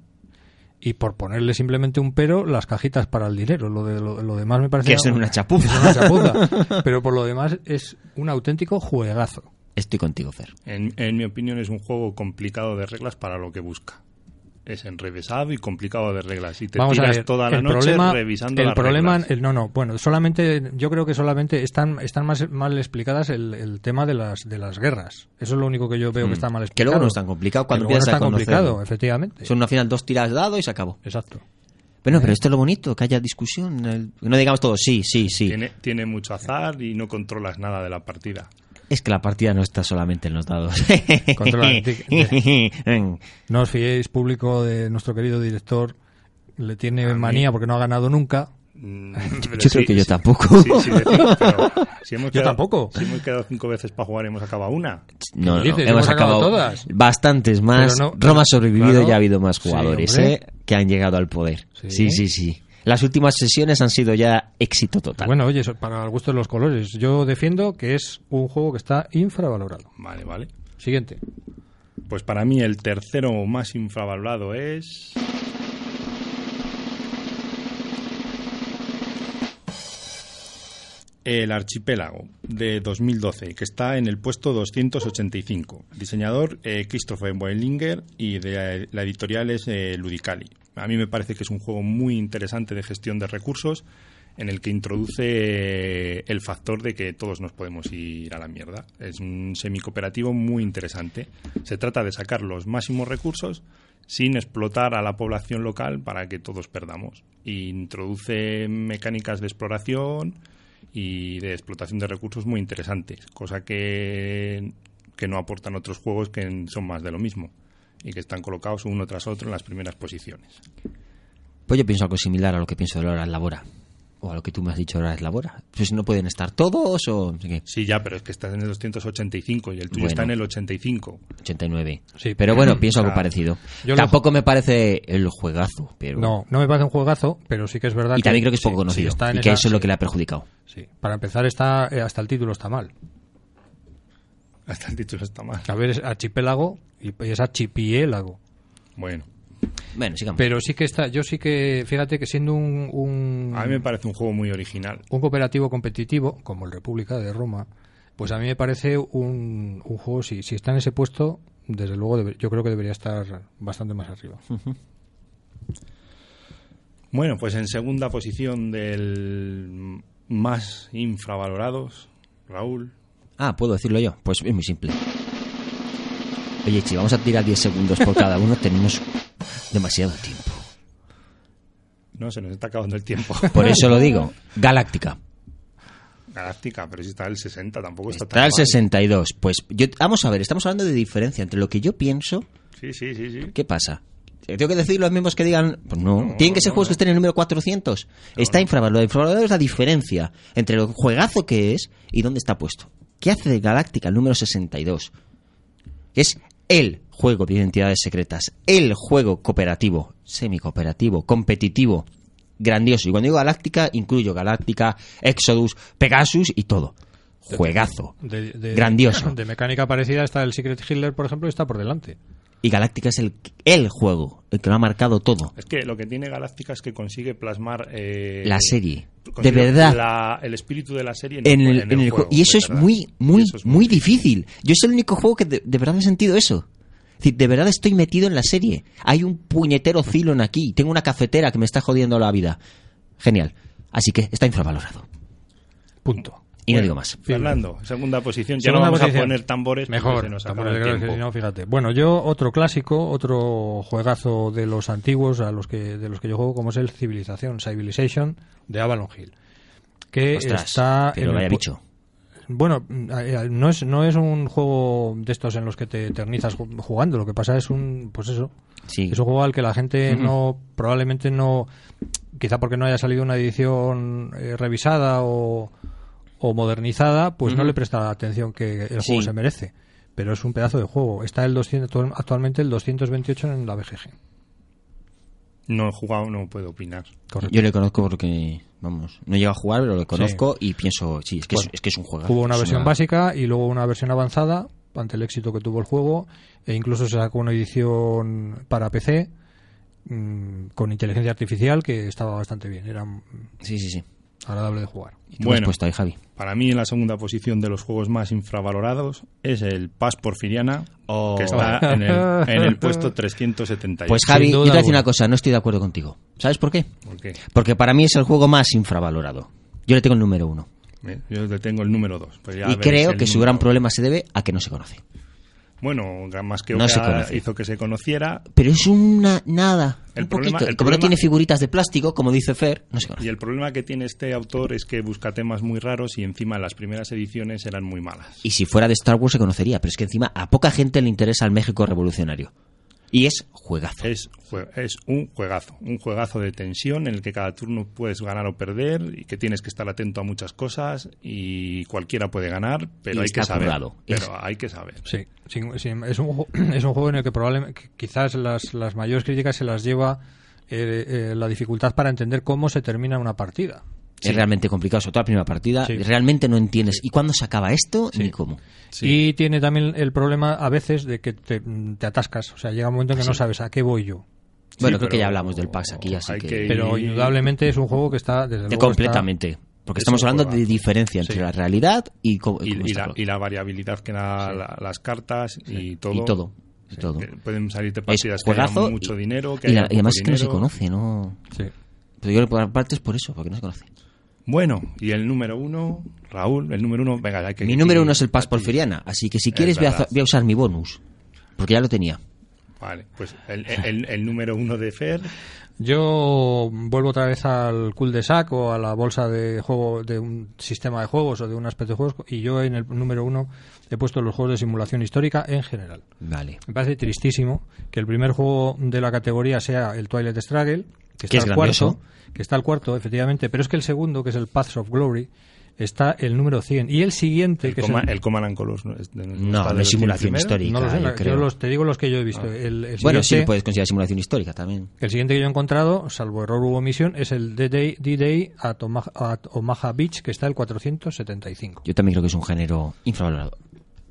[SPEAKER 5] Y por ponerle simplemente un pero, las cajitas para el dinero. Lo, de, lo, lo demás me parece.
[SPEAKER 3] Que son una chapuza.
[SPEAKER 5] [LAUGHS] que son una chapuza.
[SPEAKER 3] [LAUGHS]
[SPEAKER 5] Pero por lo demás es un auténtico juegazo.
[SPEAKER 3] Estoy contigo, Fer.
[SPEAKER 2] En, en mi opinión es un juego complicado de reglas para lo que busca. Es enrevesado y complicado de reglas. Y te
[SPEAKER 5] Vamos
[SPEAKER 2] tiras
[SPEAKER 5] a ver,
[SPEAKER 2] toda la
[SPEAKER 5] el
[SPEAKER 2] noche
[SPEAKER 5] problema,
[SPEAKER 2] revisando
[SPEAKER 5] el
[SPEAKER 2] las
[SPEAKER 5] problema,
[SPEAKER 2] reglas.
[SPEAKER 5] el- no, no, bueno, solamente, yo creo que solamente están, están más mal explicadas el, el tema de las, de las guerras. Eso es lo único que yo
[SPEAKER 2] Mm.
[SPEAKER 5] veo que está mal explicado.
[SPEAKER 3] Que luego no es tan complicado cuando
[SPEAKER 5] Que luego no
[SPEAKER 3] empiezas
[SPEAKER 5] es
[SPEAKER 3] a
[SPEAKER 5] tan
[SPEAKER 3] conocerlo.
[SPEAKER 5] complicado, efectivamente.
[SPEAKER 3] Son una final dos tiras de dado y se acabó.
[SPEAKER 5] Exacto.
[SPEAKER 3] Bueno, pero esto es lo bonito, que haya discusión. el- No digamos todo, sí, sí, sí.
[SPEAKER 2] Tiene, tiene mucho azar y no controlas nada de la partida.
[SPEAKER 3] Es que la partida no está solamente en los dados. [LAUGHS]
[SPEAKER 5] Controla- de- No os fiéis, público de nuestro querido director, le tiene manía porque no ha ganado nunca.
[SPEAKER 3] [LAUGHS]
[SPEAKER 2] Mm, pero
[SPEAKER 3] creo que yo tampoco.
[SPEAKER 2] sí, sí, decimos,
[SPEAKER 3] [LAUGHS]
[SPEAKER 2] pero si hemos
[SPEAKER 5] Yo tampoco.
[SPEAKER 2] Si hemos quedado cinco veces para jugar y hemos acabado una.
[SPEAKER 3] No, no,
[SPEAKER 5] dices?
[SPEAKER 3] hemos
[SPEAKER 5] Hemos acabado
[SPEAKER 3] acabado
[SPEAKER 5] todas.
[SPEAKER 3] bastantes más.
[SPEAKER 5] Pero no-
[SPEAKER 3] Roma ha sobrevivido
[SPEAKER 5] Claro.
[SPEAKER 3] y ha habido más
[SPEAKER 5] Sí,
[SPEAKER 3] jugadores
[SPEAKER 5] hombre.
[SPEAKER 3] ¿eh? que han llegado al poder. Sí,
[SPEAKER 5] Sí.
[SPEAKER 3] sí, sí. Las últimas sesiones han sido ya éxito total.
[SPEAKER 5] Pues Bueno, oye, eso para el gusto de los colores. Yo defiendo que es un juego que está infravalorado.
[SPEAKER 2] Vale, vale.
[SPEAKER 5] Siguiente.
[SPEAKER 2] Pues para mí el tercero más infravalorado es... El Archipiélago de 2012, que está en el puesto 285. Diseñador eh, Christopher Boelinger y de la editorial es eh, Ludicali. A mí me parece que es un juego muy interesante de gestión de recursos en el que introduce eh, el factor de que todos nos podemos ir a la mierda. Es un semicooperativo muy interesante. Se trata de sacar los máximos recursos sin explotar a la población local para que todos perdamos. Introduce mecánicas de exploración y de explotación de recursos muy interesantes, cosa que, que no aportan otros juegos que son más de lo mismo y que están colocados uno tras otro en las primeras posiciones.
[SPEAKER 3] Pues yo pienso algo similar a lo que pienso de la labora. O a lo que tú me has dicho ahora es labora. Pues no pueden estar todos o no sé qué,
[SPEAKER 2] Sí, ya, pero es que estás en el 285 y el tuyo
[SPEAKER 3] Bueno.
[SPEAKER 2] está en el 85.
[SPEAKER 3] 89.
[SPEAKER 5] Sí.
[SPEAKER 3] pero bueno, pienso
[SPEAKER 2] O sea,
[SPEAKER 3] algo parecido.
[SPEAKER 5] yo lo-
[SPEAKER 3] Tampoco me parece el juegazo, pero...
[SPEAKER 5] No, no me parece un juegazo, pero sí que es verdad
[SPEAKER 3] Y también creo que es
[SPEAKER 5] sí,
[SPEAKER 3] poco conocido.
[SPEAKER 5] sí, está en
[SPEAKER 3] y que
[SPEAKER 5] esa-
[SPEAKER 3] eso es lo
[SPEAKER 5] sí,
[SPEAKER 3] que le ha perjudicado.
[SPEAKER 5] sí. Para empezar, está, eh, hasta el título está mal.
[SPEAKER 2] [LAUGHS] Hasta el título está mal.
[SPEAKER 5] A ver, es archipiélago y y es archipiélago.
[SPEAKER 2] Bueno,
[SPEAKER 3] Bueno, sigamos.
[SPEAKER 5] Pero sí que está, yo sí que, fíjate que siendo un, un,
[SPEAKER 2] a mí me parece un juego muy original.
[SPEAKER 5] un cooperativo competitivo, como el República de Roma, pues a mí me parece un, un juego, si, si está en ese puesto, desde luego debe- yo creo que debería estar bastante más arriba.
[SPEAKER 2] Bueno, pues en segunda posición del más infravalorados, Raúl.
[SPEAKER 3] Ah, ¿puedo decirlo yo? Pues es muy simple. Oye, Chi, vamos a tirar 10 segundos por cada uno. Tenemos demasiado tiempo.
[SPEAKER 2] No, se nos está acabando el tiempo. [LAUGHS]
[SPEAKER 3] Por eso lo digo. Galáctica.
[SPEAKER 2] Galáctica, pero si está el 60, tampoco pues está,
[SPEAKER 3] Está
[SPEAKER 2] tan
[SPEAKER 3] el
[SPEAKER 2] mal.
[SPEAKER 3] 62. Pues yo, vamos a ver, estamos hablando de diferencia entre lo que yo pienso.
[SPEAKER 2] Sí, sí, sí, sí.
[SPEAKER 3] ¿Qué pasa? Eh, ¿Tengo que decir los mismos que digan? Pues no. Tienen que ser
[SPEAKER 2] no,
[SPEAKER 3] juegos
[SPEAKER 2] no.
[SPEAKER 3] que estén en el número 400. está infravalorado. Infravalorado es la diferencia entre lo juegazo que es y dónde está puesto. ¿Qué hace de Galáctica el número 62? Es el juego de identidades secretas, el juego cooperativo, semi-cooperativo, competitivo, grandioso. Y cuando digo Galáctica, incluyo Galáctica, Exodus, Pegasus y todo. Juegazo.
[SPEAKER 5] De- de-
[SPEAKER 3] Grandioso.
[SPEAKER 5] [LAUGHS] De mecánica parecida está el Secret Hitler, por ejemplo, y está por delante.
[SPEAKER 3] Y Galáctica es el, el juego, el que lo ha marcado todo.
[SPEAKER 2] Es que lo que tiene Galáctica es que consigue plasmar... eh,
[SPEAKER 3] La serie. De
[SPEAKER 2] consigue
[SPEAKER 3] verdad.
[SPEAKER 2] la- el espíritu de la serie en,
[SPEAKER 3] en el, en el
[SPEAKER 2] juego.
[SPEAKER 3] juego. Y eso
[SPEAKER 2] de
[SPEAKER 3] es
[SPEAKER 2] verdad.
[SPEAKER 3] muy, muy,
[SPEAKER 2] Y eso es
[SPEAKER 3] muy difícil. Yo es el único juego que de, de verdad he sentido eso. Es decir, de verdad estoy metido en la serie. Hay un puñetero Cylon aquí. Tengo una cafetera que me está jodiendo la vida. Genial. Así que está infravalorado.
[SPEAKER 5] Punto.
[SPEAKER 3] Y no digo más.
[SPEAKER 2] Fernando, segunda posición. Ya
[SPEAKER 5] Segunda
[SPEAKER 2] no vamos
[SPEAKER 5] posición.
[SPEAKER 2] a poner tambores. porque
[SPEAKER 5] Mejor,
[SPEAKER 2] se nos acaba
[SPEAKER 5] tambores,
[SPEAKER 2] el
[SPEAKER 5] creo que
[SPEAKER 2] tiempo.
[SPEAKER 5] si no, fíjate. Bueno, yo otro clásico, otro juegazo de los antiguos a los que de los que yo juego como es el Civilización, Civilization de Avalon Hill, que
[SPEAKER 3] Ostras,
[SPEAKER 5] eh, está en
[SPEAKER 3] pero
[SPEAKER 5] el
[SPEAKER 3] vaya
[SPEAKER 5] pu-
[SPEAKER 3] bicho.
[SPEAKER 5] Bueno, mm, eh, eh, no es no es un juego de estos en los que te eternizas ju- jugando, lo que pasa es un pues eso,
[SPEAKER 3] Sí.
[SPEAKER 5] es un juego al que la gente no probablemente no quizá porque no haya salido una edición eh, revisada o, o modernizada, pues no le presta la atención que el
[SPEAKER 3] Sí.
[SPEAKER 5] juego se merece. Pero es un pedazo de juego. Está el 200, actualmente el 228 en la BGG.
[SPEAKER 2] No he jugado, no puedo opinar.
[SPEAKER 3] Yo le conozco porque, vamos, no llego a jugar, pero lo conozco y pienso, sí, es que, es, es que es un juego.
[SPEAKER 5] Hubo una versión básica y luego una versión avanzada ante el éxito que tuvo el juego e incluso se sacó una edición para PC mm, con inteligencia artificial que estaba bastante bien, era mm,
[SPEAKER 3] Sí, sí, sí.
[SPEAKER 5] agradable de jugar.
[SPEAKER 3] ¿Y tú me has
[SPEAKER 2] Bueno,
[SPEAKER 3] puesto ahí, Javi?
[SPEAKER 2] para mí en la segunda posición de los juegos más infravalorados es el Paz Porfiriana,
[SPEAKER 3] Oh.
[SPEAKER 2] que está en el, en
[SPEAKER 3] [LAUGHS]
[SPEAKER 2] el puesto 378.
[SPEAKER 3] Pues Javi,
[SPEAKER 5] duda
[SPEAKER 3] yo te voy a decir
[SPEAKER 5] alguna.
[SPEAKER 3] una cosa, no estoy de acuerdo contigo. ¿Sabes por qué?
[SPEAKER 2] ¿Por qué?
[SPEAKER 3] Porque para mí es el juego más infravalorado. Yo le tengo el número uno.
[SPEAKER 2] Eh, Yo le tengo el número pues 2.
[SPEAKER 3] y creo que su gran problema se debe a que no se conoce.
[SPEAKER 2] Bueno, más que
[SPEAKER 3] No se
[SPEAKER 2] otra
[SPEAKER 3] conoce.
[SPEAKER 2] hizo que se conociera.
[SPEAKER 3] Pero es una nada,
[SPEAKER 2] El
[SPEAKER 3] un
[SPEAKER 2] problema-
[SPEAKER 3] poquito.
[SPEAKER 2] el
[SPEAKER 3] Y como no
[SPEAKER 2] problema-
[SPEAKER 3] tiene figuritas de plástico, como dice Fer, no se conoce.
[SPEAKER 2] Y el problema que tiene este autor es que busca temas muy raros y encima las primeras ediciones eran muy malas.
[SPEAKER 3] Y si fuera de Star Wars se conocería, pero es que encima a poca gente le interesa el México revolucionario. Y es juegazo.
[SPEAKER 2] Es, jue- es un juegazo, un juegazo de tensión en el que cada turno puedes ganar o perder y que tienes que estar atento a muchas cosas y cualquiera puede ganar, pero
[SPEAKER 3] Y
[SPEAKER 2] hay
[SPEAKER 3] está
[SPEAKER 2] que saber.
[SPEAKER 3] currado. Es- Pues
[SPEAKER 2] Pero hay que saber.
[SPEAKER 5] Sí, [CLEARS THROAT] sí, sí, es, un, ju- es un juego en el que probablemente quizás las, las mayores críticas se las lleva eh, eh, la dificultad para entender cómo se termina una partida.
[SPEAKER 3] Es realmente complicado, sobre todo la primera partida.
[SPEAKER 5] Sí.
[SPEAKER 3] Realmente no entiendes. ¿Y cuándo se acaba esto? Ni cómo.
[SPEAKER 5] Y tiene también el problema a veces de que te, te atascas, o sea, llega un momento que no sabes a qué voy yo.
[SPEAKER 3] Bueno, creo
[SPEAKER 2] pero
[SPEAKER 3] que ya hablamos del PAX aquí, así
[SPEAKER 2] hay
[SPEAKER 3] que.
[SPEAKER 2] que-
[SPEAKER 5] Pero
[SPEAKER 2] Y-
[SPEAKER 5] indudablemente es un juego que está desde
[SPEAKER 3] de
[SPEAKER 5] luego está-
[SPEAKER 3] completamente. Porque
[SPEAKER 5] es
[SPEAKER 3] estamos
[SPEAKER 5] un
[SPEAKER 3] hablando
[SPEAKER 5] juego.
[SPEAKER 3] de diferencia entre
[SPEAKER 5] Sí.
[SPEAKER 3] la realidad y cómo.
[SPEAKER 2] Y,
[SPEAKER 3] cómo
[SPEAKER 2] y
[SPEAKER 3] está
[SPEAKER 2] la,
[SPEAKER 3] todo.
[SPEAKER 2] y la variabilidad que da la- las cartas y todo.
[SPEAKER 3] Y todo. y todo.
[SPEAKER 2] Que pueden salirte
[SPEAKER 3] Es
[SPEAKER 2] partidas que haya
[SPEAKER 3] juegazo
[SPEAKER 2] mucho
[SPEAKER 3] y-
[SPEAKER 2] dinero. Que
[SPEAKER 3] y,
[SPEAKER 2] haya
[SPEAKER 3] la- y
[SPEAKER 2] poco
[SPEAKER 3] además es que no se
[SPEAKER 2] dinero.
[SPEAKER 3] conoce, ¿no?
[SPEAKER 5] Sí.
[SPEAKER 3] Pero yo por parte es por eso, porque no se conoce.
[SPEAKER 2] Bueno, y el número uno, Raúl, el número uno, venga, hay que...
[SPEAKER 3] Mi número uno es el Paz Porfiriana, así que si
[SPEAKER 2] Es
[SPEAKER 3] quieres voy a,
[SPEAKER 2] verdad.
[SPEAKER 3] voy a usar mi bonus, porque ya lo tenía.
[SPEAKER 2] Vale, pues el, el- el número uno de
[SPEAKER 5] [LAUGHS]
[SPEAKER 2] Fer,
[SPEAKER 5] Yo vuelvo otra vez al cul de sac o a la bolsa de juego de un sistema de juegos o de un aspecto de juegos y yo en el número uno he puesto los juegos de simulación histórica en general.
[SPEAKER 3] Vale.
[SPEAKER 5] Me parece tristísimo que el primer juego de la categoría sea el Twilight Struggle, que
[SPEAKER 3] Que
[SPEAKER 5] está
[SPEAKER 3] es
[SPEAKER 5] al cuarto,
[SPEAKER 3] grandioso.
[SPEAKER 5] que está al cuarto, efectivamente, pero es que el segundo, que es el Paths of Glory, está el número 100 y el siguiente,
[SPEAKER 2] el,
[SPEAKER 5] que
[SPEAKER 2] coma,
[SPEAKER 5] es
[SPEAKER 2] el Command and Colors. No, es de-
[SPEAKER 3] No,
[SPEAKER 2] está de
[SPEAKER 3] no
[SPEAKER 2] los
[SPEAKER 3] es simulación
[SPEAKER 2] primeros.
[SPEAKER 3] histórica,
[SPEAKER 5] no lo sé,
[SPEAKER 3] yo
[SPEAKER 5] yo
[SPEAKER 3] creo. Ah.
[SPEAKER 5] los- te digo los que yo he visto. El,
[SPEAKER 3] Bueno,
[SPEAKER 5] el
[SPEAKER 3] sí pues-
[SPEAKER 5] siguiente-
[SPEAKER 3] lo puedes considerar simulación histórica también.
[SPEAKER 5] el siguiente que yo he encontrado, salvo error u omisión, es el D-Day D-Day at, Omaha- at Omaha Beach, que está el 475.
[SPEAKER 3] Yo también creo que es un género infravalorado.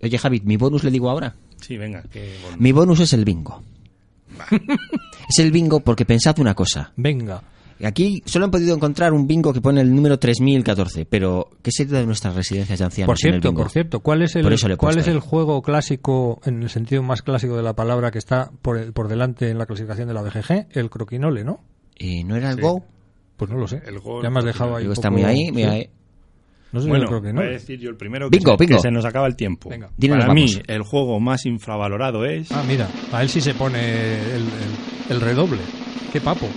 [SPEAKER 3] Oye, Javi, ¿mi bonus le digo ahora?
[SPEAKER 2] Sí, venga, que... bueno.
[SPEAKER 3] Mi bonus es el bingo. [LAUGHS] es el bingo porque pensad una cosa.
[SPEAKER 5] Venga,
[SPEAKER 3] Aquí solo han podido encontrar un bingo que pone el número 3014, pero ¿qué se de nuestras residencias de ancianos
[SPEAKER 5] por
[SPEAKER 3] en el
[SPEAKER 5] cierto,
[SPEAKER 3] bingo?
[SPEAKER 5] por cierto, ¿cuál es el
[SPEAKER 3] Por eso le he
[SPEAKER 5] cuál
[SPEAKER 3] puesto
[SPEAKER 5] es el
[SPEAKER 3] ahí.
[SPEAKER 5] juego clásico en el sentido más clásico de la palabra que está por, el- por delante en la clasificación de la BGG? El croquinole, ¿no?
[SPEAKER 3] Eh, ¿No era el Go?
[SPEAKER 5] Pues no lo sé.
[SPEAKER 2] El gol,
[SPEAKER 5] ya me has
[SPEAKER 2] croquinole.
[SPEAKER 5] dejado ahí.
[SPEAKER 3] Digo,
[SPEAKER 5] un
[SPEAKER 3] está
[SPEAKER 5] poco-
[SPEAKER 3] muy ahí, mira,
[SPEAKER 5] sí.
[SPEAKER 3] eh.
[SPEAKER 5] No
[SPEAKER 2] Bueno,
[SPEAKER 5] sé
[SPEAKER 2] pues-
[SPEAKER 5] el
[SPEAKER 2] voy a
[SPEAKER 5] croquinole.
[SPEAKER 2] decir yo el primero que,
[SPEAKER 3] Bingo,
[SPEAKER 2] se, que
[SPEAKER 3] bingo.
[SPEAKER 2] se nos acaba el tiempo.
[SPEAKER 5] Venga.
[SPEAKER 3] Dinos,
[SPEAKER 2] Para
[SPEAKER 3] vamos.
[SPEAKER 2] mí, el juego más infravalorado es...
[SPEAKER 5] Ah, mira, a él sí se pone el, el- el redoble. Qué papo.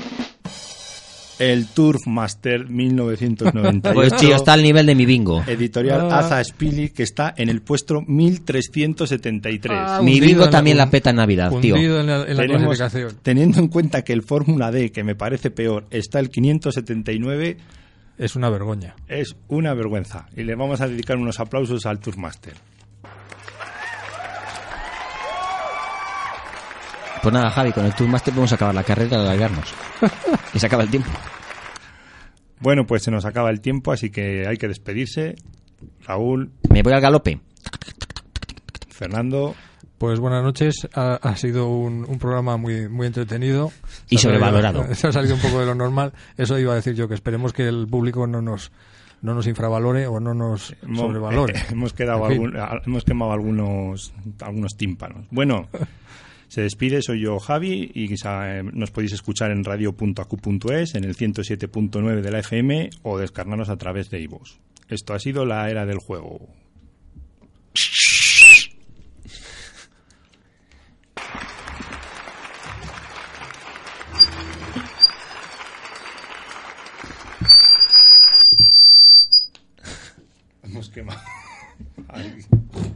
[SPEAKER 2] El Turf
[SPEAKER 3] [LAUGHS]
[SPEAKER 2] Master 1998.
[SPEAKER 3] Pues tío, está al nivel de mi bingo.
[SPEAKER 2] Editorial
[SPEAKER 5] Ah.
[SPEAKER 2] Aza Spili, que está en el puesto 1373.
[SPEAKER 5] Ah,
[SPEAKER 3] Mi
[SPEAKER 5] hundido
[SPEAKER 3] bingo
[SPEAKER 5] en
[SPEAKER 3] también
[SPEAKER 5] un-
[SPEAKER 3] la peta en Navidad, tío.
[SPEAKER 5] hundido en la, en la
[SPEAKER 2] Tenemos-
[SPEAKER 5] clasificación.
[SPEAKER 2] teniendo en cuenta que el Fórmula D, que me parece peor, está el 579,
[SPEAKER 5] Es una vergüenza.
[SPEAKER 2] es una vergüenza. Y le vamos a dedicar unos aplausos al Tourmaster.
[SPEAKER 3] Pues nada, Javi, con el Tourmaster podemos acabar la carrera y
[SPEAKER 5] [LAUGHS]
[SPEAKER 3] alargarnos. y se acaba el tiempo.
[SPEAKER 2] Bueno, pues se nos acaba el tiempo, así que hay que despedirse. Raúl,
[SPEAKER 3] Me voy al galope.
[SPEAKER 2] Fernando,
[SPEAKER 5] Pues buenas noches, ha, ha sido un, un programa muy, muy entretenido.
[SPEAKER 3] Y
[SPEAKER 5] Se ha salido-
[SPEAKER 3] sobrevalorado.
[SPEAKER 5] [LAUGHS] Se ha salido un poco de lo normal. Eso iba a decir yo, que esperemos que el público no nos, no nos infravalore o no nos
[SPEAKER 2] hemos-
[SPEAKER 5] sobrevalore.
[SPEAKER 2] [LAUGHS] hemos, quedado
[SPEAKER 5] En fin.
[SPEAKER 2] algún- a- hemos quemado algunos, algunos tímpanos.
[SPEAKER 5] [LAUGHS]
[SPEAKER 2] Bueno, se despide, soy yo Javi, y quizá, eh, nos podéis escuchar en radio.acu.es, e en el 107.9 de la FM, o descargarnos a través de iVoox. Esto ha sido la era del juego. Hemos quemado. Ay.